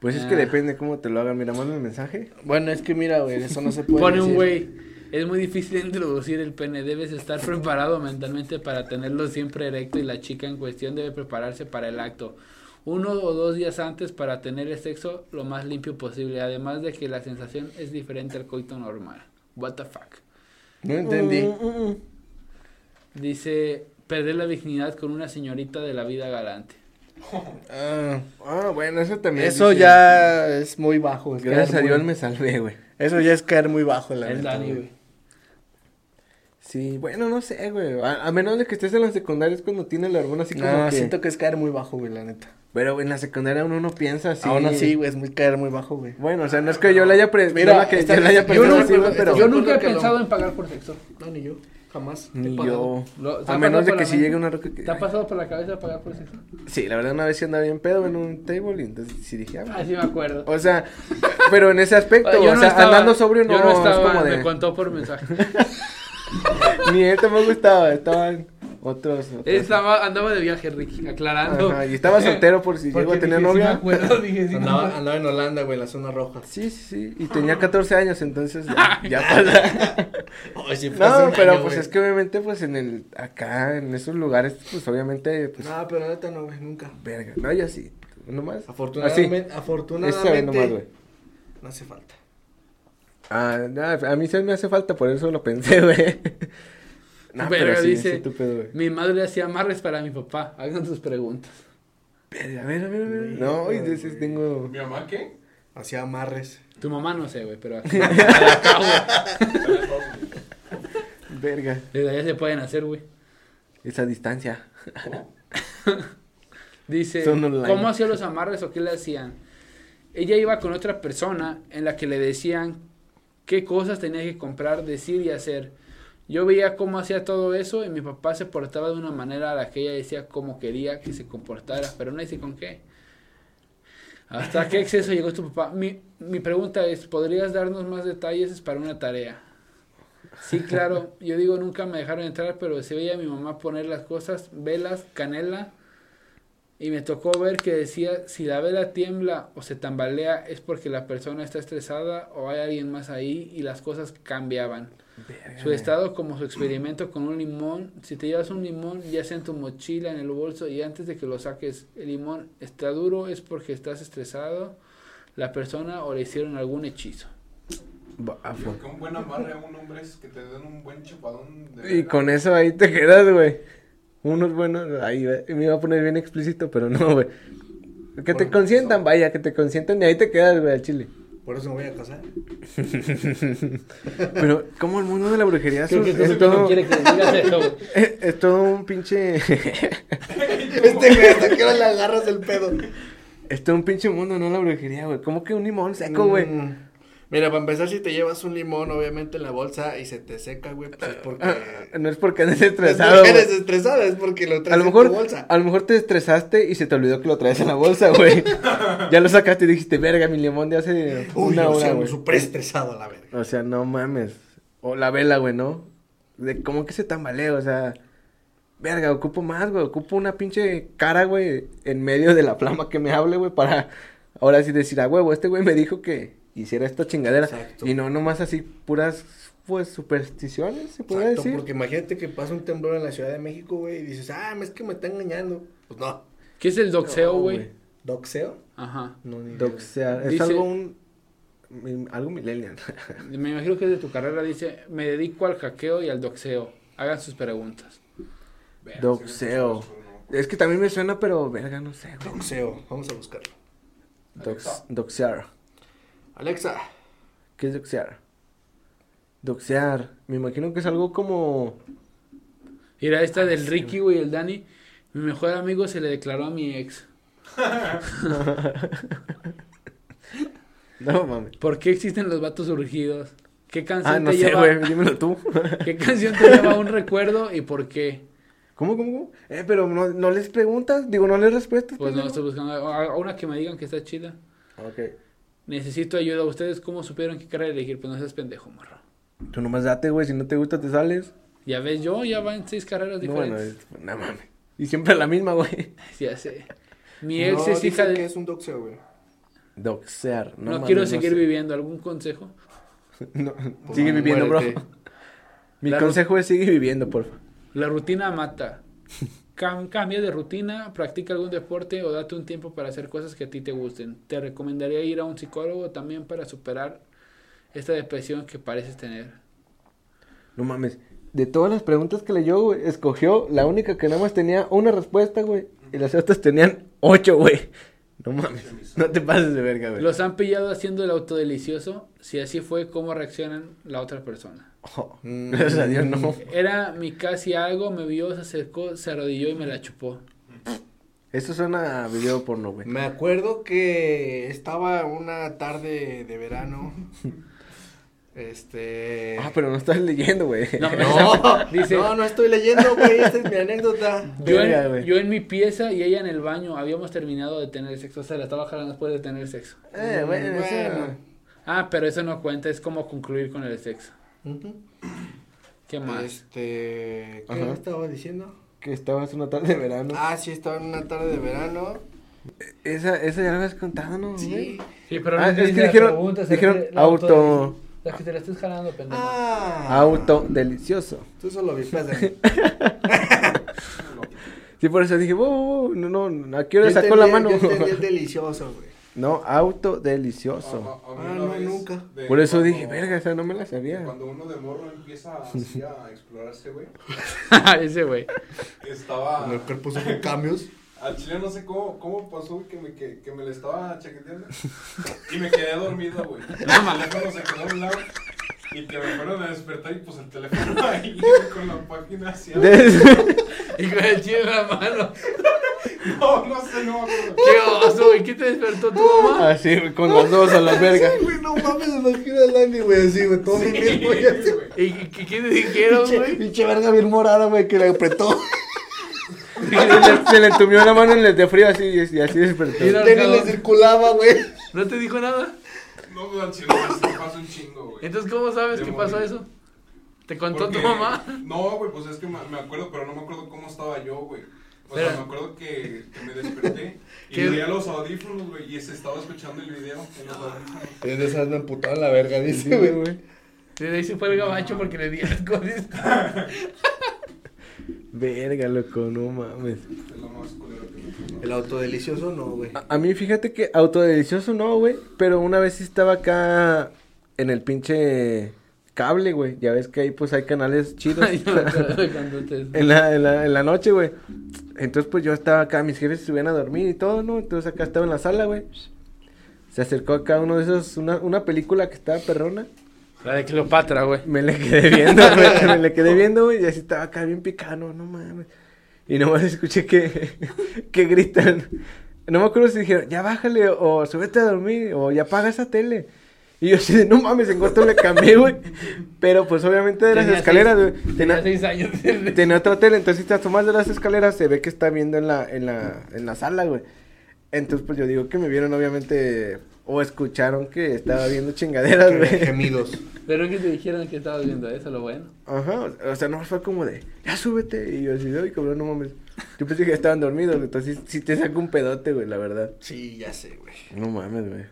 Speaker 3: Pues es que
Speaker 2: Ah.
Speaker 3: depende cómo te lo hagan. Mira, mándame un mensaje.
Speaker 1: Bueno, es que mira, güey, eso no se puede
Speaker 2: Pone
Speaker 1: decir.
Speaker 2: un güey, es muy difícil introducir el pene, debes estar preparado mentalmente para tenerlo siempre erecto y la chica en cuestión debe prepararse para el acto. Uno o dos días antes para tener el sexo lo más limpio posible, además de que la sensación es diferente al coito normal. What the fuck.
Speaker 1: No
Speaker 2: Mm,
Speaker 1: entendí.
Speaker 2: Dice, perder la dignidad con una señorita de la vida galante.
Speaker 1: Ah,
Speaker 3: Ah, bueno, eso también.
Speaker 1: eso
Speaker 3: dice-
Speaker 1: ya es muy bajo. es
Speaker 3: Gracias a
Speaker 1: caer
Speaker 3: Dios
Speaker 1: muy-
Speaker 3: me salvé, güey.
Speaker 1: Eso ya es caer muy bajo, la
Speaker 2: Es
Speaker 1: neta,
Speaker 2: Dani,
Speaker 1: güey.
Speaker 2: güey.
Speaker 3: Sí, bueno, no sé, güey. A, a menos de que estés en la secundaria es cuando tiene la hormona así como
Speaker 1: No,
Speaker 3: que...
Speaker 1: Ah, siento que es caer muy bajo, güey, la neta.
Speaker 3: Pero güey, en la secundaria uno no piensa así.
Speaker 1: Aún así, güey, es muy caer muy bajo, güey.
Speaker 3: Bueno, o sea, no es que yo la haya... Pre...
Speaker 1: Mira,
Speaker 3: no la que
Speaker 1: esta-
Speaker 3: yo la haya
Speaker 1: yo
Speaker 3: pensado
Speaker 1: no-
Speaker 3: así, güey, pero...
Speaker 2: Yo
Speaker 1: no-
Speaker 2: nunca he
Speaker 1: Recuerdo que lo-
Speaker 2: pensado en pagar por sexo. No, ni yo.
Speaker 1: Jamás.
Speaker 3: Ni
Speaker 1: he pagado.
Speaker 3: yo.
Speaker 2: Lo- ¿te
Speaker 3: a
Speaker 2: ha
Speaker 3: menos
Speaker 2: pasado por
Speaker 3: de que
Speaker 2: la
Speaker 3: si
Speaker 2: mente?
Speaker 3: llegue una roca que...
Speaker 2: ¿Te ha pasado por la cabeza pagar por sexo?
Speaker 3: Sí, la verdad una vez sí andaba bien pedo en un table y entonces sí dije, ah,
Speaker 2: Ah,
Speaker 3: bueno.
Speaker 2: sí me acuerdo. Ah,
Speaker 3: O sea, pero en ese aspecto,
Speaker 2: Yo
Speaker 3: o
Speaker 2: no
Speaker 3: sea,
Speaker 2: estaba-
Speaker 3: andando sobrio no,
Speaker 2: Yo no estaba,
Speaker 3: es como de...
Speaker 2: me contó por mensaje.
Speaker 3: Ni él me gustaba, estaban otros. otros.
Speaker 2: Él estaba, andaba de viaje, Ricky, aclarando.
Speaker 3: Ajá, y estaba soltero por si
Speaker 2: Porque
Speaker 3: llegó a tener
Speaker 2: dije, sí me
Speaker 3: novia.
Speaker 2: acuerdo, dije, sí me acuerdo.
Speaker 1: Andaba, andaba en Holanda, güey, en la zona roja.
Speaker 3: Sí, sí, sí. Y tenía 14 años, entonces ya, ya pasa. No, pero pues es que obviamente, pues en el. Acá, en esos lugares, pues obviamente, pues.
Speaker 1: No, pero neta no, güey, nunca.
Speaker 3: Verga. No, yo sí. Nomás.
Speaker 1: Afortunadamente,
Speaker 3: Así. Esa vez
Speaker 1: afortunadamente
Speaker 3: nomás, güey.
Speaker 1: no hace falta.
Speaker 3: Ah, no, a mí se me hace falta, por eso lo pensé, güey. No,
Speaker 2: Verga,
Speaker 3: pero sí,
Speaker 2: dice-
Speaker 3: es estúpido, güey.
Speaker 2: Mi madre hacía amarres para mi papá. Hagan sus preguntas.
Speaker 3: Verga, a ver, a ver, a ver. No, y entonces tengo.
Speaker 4: ¿Mi mamá qué?
Speaker 1: Hacía amarres.
Speaker 2: Tu mamá no sé, güey, pero así, al cabo,
Speaker 3: Verga.
Speaker 2: desde allá se pueden hacer, güey.
Speaker 3: Esa distancia.
Speaker 2: Dice,
Speaker 3: Son online.
Speaker 2: ¿cómo hacía los amarres o qué le hacían? Ella iba con otra persona en la que le decían qué cosas tenía que comprar, decir y hacer. Yo veía cómo hacía todo eso y mi papá se portaba de una manera a la que ella decía cómo quería que se comportara, pero no dice con qué. ¿Hasta qué exceso llegó tu papá? Mi, mi pregunta es, ¿podrías darnos más detalles Es para una tarea? Sí, claro. Yo digo, nunca me dejaron entrar, pero se veía a mi mamá poner las cosas, velas, canela, y me tocó ver que decía, si la vela tiembla o se tambalea es porque la persona está estresada o hay alguien más ahí y las cosas cambiaban.
Speaker 3: Eh.
Speaker 2: Su estado como su experimento con un limón, si te llevas un limón ya sea en tu mochila, en el bolso y antes de que lo saques, el limón está duro es porque estás estresado, la persona o le hicieron algún hechizo.
Speaker 3: Bafo.
Speaker 4: Porque un buen amarre a un hombre es que te den un buen chupadón de
Speaker 3: Y
Speaker 4: verga.
Speaker 3: con eso ahí te quedas, güey. Unos buenos, ahí güey, me iba a poner bien explícito, pero no, güey. Que te
Speaker 1: Bueno,
Speaker 3: consientan, vaya, que te consientan y ahí te quedas, güey, al chile.
Speaker 1: Por eso me voy a casar.
Speaker 3: Pero, como el mundo de la brujería es, es
Speaker 2: Entonces,
Speaker 3: todo,
Speaker 2: no quiere que digas eso, güey.
Speaker 3: es, es todo un pinche,
Speaker 1: Este güey, hasta que ahora le agarras el pedo.
Speaker 3: es todo un pinche mundo, no la brujería, güey. Como que un limón seco, güey.
Speaker 1: Mm. Mira, para empezar, si te llevas un limón, obviamente, en la bolsa y se te seca, güey, pues es porque...
Speaker 3: Ah, No es porque andes
Speaker 1: Es
Speaker 3: estresado,
Speaker 1: porque
Speaker 3: güey.
Speaker 1: eres estresado, es porque lo traes
Speaker 3: A lo
Speaker 1: en
Speaker 3: mejor,
Speaker 1: tu bolsa.
Speaker 3: a lo mejor te estresaste y se te olvidó que lo traes en la bolsa, güey. ya lo sacaste y dijiste, verga, mi limón de hace
Speaker 1: Uy,
Speaker 3: una
Speaker 1: o
Speaker 3: hora,
Speaker 1: sea,
Speaker 3: güey.
Speaker 1: súper estresado, la verga.
Speaker 3: O sea, no mames. O la vela, güey, ¿no? De cómo que se tambalea, o sea. Verga, ocupo más, güey. Ocupo una pinche cara, güey, en medio de la flama que me hable, güey, para ahora sí decir, ah, huevo, este güey me dijo que hiciera esta chingadera.
Speaker 1: Exacto.
Speaker 3: Y no nomás así puras, pues, supersticiones, se puede
Speaker 1: Exacto,
Speaker 3: decir.
Speaker 1: porque imagínate que pasa un temblor en la Ciudad de México, güey, y dices, ah, es que me está engañando. Pues no.
Speaker 2: ¿Qué es el doxeo,
Speaker 3: No,
Speaker 2: güey?
Speaker 3: güey.
Speaker 1: ¿Doxeo?
Speaker 2: Ajá.
Speaker 1: No, ni idea, güey.
Speaker 3: Doxear. Es
Speaker 2: Dice-
Speaker 3: algo un. mi- Algo millennial.
Speaker 2: Me imagino que es de tu carrera dice, me dedico al hackeo y al doxeo. Hagan sus preguntas.
Speaker 4: Verga, sí,
Speaker 3: Doxeo.
Speaker 4: eso no.
Speaker 3: Es que también me suena, pero verga, no sé, güey.
Speaker 1: Doxeo, vamos a buscarlo.
Speaker 3: Dox, doxear.
Speaker 1: Alexa.
Speaker 3: ¿Qué es doxear? Doxear. Me imagino que es algo como.
Speaker 2: Mira,
Speaker 3: Ah,
Speaker 2: esta del Ricky, güey, el Dani. Mi mejor amigo se le declaró a mi ex.
Speaker 3: No mames.
Speaker 2: ¿Por qué existen los vatos urgidos? ¿Qué canción
Speaker 3: Ah, no
Speaker 2: te
Speaker 3: sé,
Speaker 2: lleva?
Speaker 3: güey. Dímelo tú.
Speaker 2: ¿Qué canción te lleva a un recuerdo y por qué?
Speaker 3: ¿Cómo, cómo, cómo? Eh, pero no, no les preguntas. Digo, no les respuestas.
Speaker 2: Pues no
Speaker 3: pendejo.
Speaker 2: estoy buscando a a una que me digan que está chida.
Speaker 3: Ok.
Speaker 2: Necesito ayuda. ¿Ustedes cómo supieron qué cara elegir? Pues no seas pendejo, morro.
Speaker 3: Tú nomás date, güey. Si no te gusta, te sales.
Speaker 2: Ya ves, yo ya van seis carreras
Speaker 3: No, bueno,
Speaker 2: diferentes.
Speaker 3: es- no mames. Y siempre la misma, güey.
Speaker 2: Ya sé. Mi ex es
Speaker 1: dice
Speaker 2: hija
Speaker 1: que
Speaker 2: de...
Speaker 1: es un doxeo, güey.
Speaker 3: Doxear. No,
Speaker 2: No,
Speaker 3: mames,
Speaker 2: quiero
Speaker 3: no
Speaker 2: seguir
Speaker 3: sé.
Speaker 2: viviendo. ¿Algún consejo?
Speaker 3: No,
Speaker 1: Pues
Speaker 3: sigue
Speaker 1: no,
Speaker 3: viviendo,
Speaker 1: muérete.
Speaker 3: bro. Mi
Speaker 2: La
Speaker 3: consejo es sigue viviendo, porfa.
Speaker 2: La rutina mata. Cam- cambia de rutina, practica algún deporte o date un tiempo para hacer cosas que a ti te gusten. Te recomendaría ir a un psicólogo también para superar esta depresión que pareces tener.
Speaker 3: No mames. De todas las preguntas que leyó, güey, escogió la única que nada más tenía una respuesta, güey. Y las otras tenían ocho, güey. No mames. No te pases de verga, güey.
Speaker 2: ¿Los han pillado haciendo el autodelicioso? Si así fue, ¿cómo reaccionan la otra persona?
Speaker 3: Oh,
Speaker 1: Mm.
Speaker 3: gracias a Dios, no.
Speaker 2: Era mi casi algo, me vio, se acercó, se arrodilló y me la chupó.
Speaker 3: Eso suena a video porno, güey.
Speaker 1: Me acuerdo que estaba una tarde de verano
Speaker 2: Este.
Speaker 3: Ah, pero no estás leyendo, güey.
Speaker 2: No,
Speaker 1: Este, No,
Speaker 2: Dice-
Speaker 1: no, no estoy leyendo, güey, esta es mi anécdota.
Speaker 2: Yo
Speaker 3: Verga,
Speaker 2: en,
Speaker 3: güey.
Speaker 2: yo en mi pieza y ella en el baño habíamos terminado de tener sexo. O sea, la estaba jalando después de tener sexo.
Speaker 3: Eh, bueno, eso-
Speaker 1: Bueno.
Speaker 2: Ah, pero eso no cuenta, es como concluir con el sexo.
Speaker 1: Ujú.
Speaker 2: ¿Qué más?
Speaker 1: Este, ¿qué
Speaker 3: Ajá.
Speaker 1: estaba diciendo?
Speaker 3: Que estabas una tarde de verano.
Speaker 1: Ah, sí, estaba en una tarde de verano.
Speaker 3: Esa, esa ya la habías contado, ¿no?
Speaker 1: Sí.
Speaker 3: güey?
Speaker 2: Sí, pero
Speaker 3: Ah,
Speaker 2: no
Speaker 3: es
Speaker 2: entendí
Speaker 3: que
Speaker 2: la
Speaker 3: dijeron-
Speaker 2: pregunta, se
Speaker 3: dijeron
Speaker 2: refiere- la
Speaker 3: auto-
Speaker 2: autodeliciosa. La que te la estás jalando, pendejo.
Speaker 1: Ah.
Speaker 3: Auto delicioso.
Speaker 1: Tú solo vipas de
Speaker 3: Sí, por eso dije, wow, wow, no, no, no, ¿a qué hora sacó la mano?
Speaker 1: Yo entendí el delicioso, güey.
Speaker 3: No, auto
Speaker 4: A-
Speaker 3: delicioso.
Speaker 4: a- a mí
Speaker 1: Ah,
Speaker 4: una
Speaker 1: no,
Speaker 4: vez
Speaker 1: nunca.
Speaker 4: de
Speaker 3: Por eso
Speaker 4: cuando-
Speaker 3: dije, verga, esa no me la sabía.
Speaker 4: Cuando uno de morro empieza así a explorarse, güey,
Speaker 2: Ah, Ese güey.
Speaker 4: estaba...
Speaker 1: El cuerpo sufre cambios.
Speaker 4: Al chile no sé cómo, cómo pasó güey, que me, que, que me le estaba chaqueteando y me quedé dormido, güey. El teléfono se quedó a un lado y que me fueron a despertar y pues el teléfono ahí con la página hacia...
Speaker 3: De-
Speaker 2: Y con el chile en la mano.
Speaker 4: No, no sé, no me acuerdo.
Speaker 2: ¿Qué oso, güey? ¿Qué te despertó tu mamá?
Speaker 3: Así, con los dos a la verga.
Speaker 1: Güey, no mames, imagina al Andy, güey, así, güey, todo bien, bien, güey, así.
Speaker 4: güey.
Speaker 2: ¿Y qué- qué qué te dijeron,
Speaker 1: Pinche-
Speaker 2: güey?
Speaker 1: Pinche verga bien morada, güey, que le apretó.
Speaker 3: Se le- Se le tumió la mano en el de frío así y y así
Speaker 2: Y
Speaker 3: despertó.
Speaker 2: no-
Speaker 1: Ya ni le circulaba, güey.
Speaker 2: ¿No te dijo nada?
Speaker 4: No, pues, al chile me pasó un chingo, güey.
Speaker 2: Entonces, ¿cómo sabes
Speaker 4: De
Speaker 2: que
Speaker 4: morir.
Speaker 2: pasó eso? ¿Te contó
Speaker 4: Porque-
Speaker 2: tu mamá?
Speaker 4: No, güey, pues es que me me acuerdo, pero no me acuerdo cómo estaba yo, güey. O sea,
Speaker 2: Pero-
Speaker 4: me acuerdo que, que me desperté y
Speaker 2: ¿Qué?
Speaker 4: veía los audífonos, güey, y se estaba escuchando el video en los audífonos.
Speaker 1: Es de esas me emputaron la verga, dice,
Speaker 3: Sí,
Speaker 1: güey.
Speaker 3: güey.
Speaker 2: Y de ahí se fue el gabacho porque le di las cosas.
Speaker 3: Verga, loco, no mames.
Speaker 4: Es lo más culero que me pasó.
Speaker 1: El autodelicioso no, güey.
Speaker 3: A, a mí fíjate que autodelicioso no, güey. Pero una vez sí estaba acá en el pinche cable, güey. Ya ves que ahí pues hay canales chidos.
Speaker 2: Ay, yo me acuerdo de cuando te-
Speaker 3: en, la, en, la, en la noche, güey. Entonces pues yo estaba acá, mis jefes se subían a dormir y todo, ¿no? Entonces acá estaba en la sala, güey. Se acercó acá uno de esos, una, una película que estaba perrona.
Speaker 2: La de Cleopatra, güey.
Speaker 3: Me le quedé viendo, güey. Me le quedé viendo, güey. Y así estaba acá bien picano, no mames. Y nomás escuché que, que gritan. No me acuerdo si dijeron, ya bájale, o súbete a dormir, o ya apaga esa tele. Y yo así de, no mames, en cuanto le cambié, güey. Pero pues obviamente de las
Speaker 2: Tenía
Speaker 3: escaleras,
Speaker 2: seis-
Speaker 3: güey.
Speaker 2: Tenía
Speaker 3: Tenía,
Speaker 2: seis años.
Speaker 3: tenía otra tele, entonces si te asomas de las escaleras se ve que está viendo en la, en la, en la sala, güey. Entonces pues yo digo que me vieron obviamente, o escucharon que estaba viendo chingaderas, güey.
Speaker 1: Gemidos.
Speaker 2: Pero que te dijeron que estabas viendo eso, lo bueno.
Speaker 3: Ajá, o- o sea, no fue como de, ya súbete. Y yo así, ay, cabrón, no mames. Yo pensé que ya estaban dormidos, entonces sí, sí te saco un pedote, güey, la verdad.
Speaker 1: Sí, ya sé, güey.
Speaker 3: No mames, güey.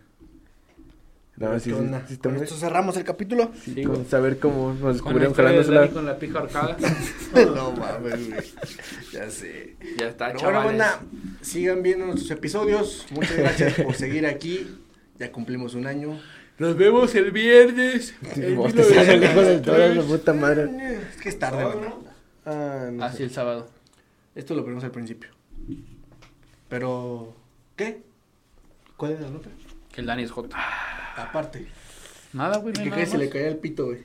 Speaker 3: No,
Speaker 1: Pero
Speaker 3: sí,
Speaker 1: ¿qué
Speaker 3: sí,
Speaker 1: onda?
Speaker 3: sí, está
Speaker 1: Con
Speaker 3: muy-
Speaker 1: esto cerramos el capítulo.
Speaker 3: sí,
Speaker 2: Sí,
Speaker 3: con
Speaker 2: güey.
Speaker 3: saber cómo nos
Speaker 2: Con la
Speaker 3: descubrieron
Speaker 2: historia de
Speaker 3: jalándose
Speaker 2: Dani
Speaker 3: la-
Speaker 2: con la pija ahorcada.
Speaker 1: no mames, güey. Ya sé.
Speaker 2: Ya está,
Speaker 1: Pero bueno,
Speaker 2: chavales.
Speaker 1: banda, sigan viendo nuestros episodios. Muchas gracias por seguir aquí. Ya cumplimos un año.
Speaker 2: Nos vemos el viernes.
Speaker 3: Sí,
Speaker 2: en
Speaker 3: vos te sacas el hijo del toro, la
Speaker 2: 1993.
Speaker 3: puta madre.
Speaker 1: Es que es tarde, banda.
Speaker 3: Ah, no
Speaker 2: Ah,
Speaker 3: sé.
Speaker 2: sí, el sábado.
Speaker 1: Esto lo ponemos al principio. Pero, ¿qué? ¿Cuál es la nota?
Speaker 2: Que el Dani es J.
Speaker 1: Aparte.
Speaker 2: Nada, güey, no hay
Speaker 1: Que
Speaker 2: nada
Speaker 1: casi se le
Speaker 2: más.
Speaker 1: caía el pito, güey.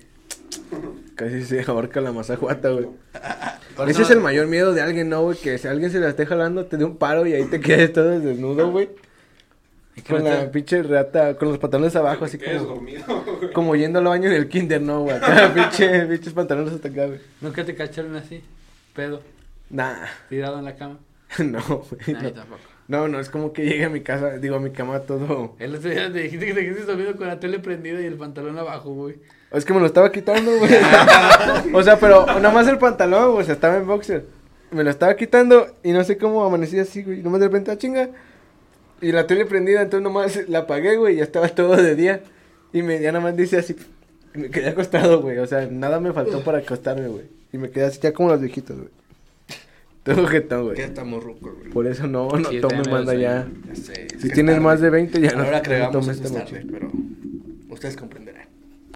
Speaker 3: Casi se ahorca la mazajuata, güey.
Speaker 2: Ahorita
Speaker 3: Ese es
Speaker 2: no-
Speaker 3: el mayor miedo de alguien, ¿no, güey? Que si alguien se la esté jalando, te dé un paro y ahí te quedes todo desnudo, güey.
Speaker 2: Y que
Speaker 3: Con
Speaker 2: no te-
Speaker 3: la pinche rata, con los pantalones abajo,
Speaker 4: Que
Speaker 3: así
Speaker 4: te quedes
Speaker 3: como...
Speaker 4: dormido, güey.
Speaker 3: Como yendo al baño en el kinder, no, güey. Acá, pinche, pinches pantalones hasta acá, güey.
Speaker 2: Nunca te cacharon así. Pedo.
Speaker 3: Nah,
Speaker 2: Tirado en la cama.
Speaker 3: no, güey.
Speaker 2: Nadie
Speaker 3: No.
Speaker 2: tampoco.
Speaker 3: no, no, es como que llegue a mi casa, digo, a mi cama todo.
Speaker 2: El otro día te dijiste que te quedaste dormido con la tele prendida y el pantalón abajo, güey.
Speaker 3: Es que me lo estaba quitando, güey. o sea, pero nada más el pantalón, güey, o sea, estaba en boxer. Me lo estaba quitando y no sé cómo amanecí así, güey. Nomás de repente, ah, chinga. Y la tele prendida, entonces nomás la apagué, güey, ya estaba todo de día. Y me, ya nada más dice así, y me quedé acostado, güey. O sea, nada me faltó para acostarme, güey. Y me quedé así ya como los viejitos, güey. Todo jetón, güey.
Speaker 1: Ya estamos rucos, güey.
Speaker 3: Por eso no, no
Speaker 2: Sí, yo también
Speaker 3: tomes
Speaker 2: me
Speaker 3: manda
Speaker 2: lo
Speaker 3: ya.
Speaker 1: Ya sé. es
Speaker 3: pues, Si
Speaker 1: que
Speaker 3: tienes
Speaker 1: tarde.
Speaker 3: más de 20 ya no,
Speaker 1: Ahora
Speaker 3: no
Speaker 1: creamos
Speaker 3: tomes
Speaker 1: es
Speaker 3: esta
Speaker 1: tarde,
Speaker 3: noche.
Speaker 1: pero ustedes comprenderán.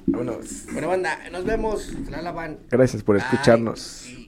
Speaker 3: Vámonos.
Speaker 1: Bueno, banda, nos vemos. Se La lavan.
Speaker 3: Gracias por
Speaker 1: Bye.
Speaker 3: escucharnos.
Speaker 1: Y-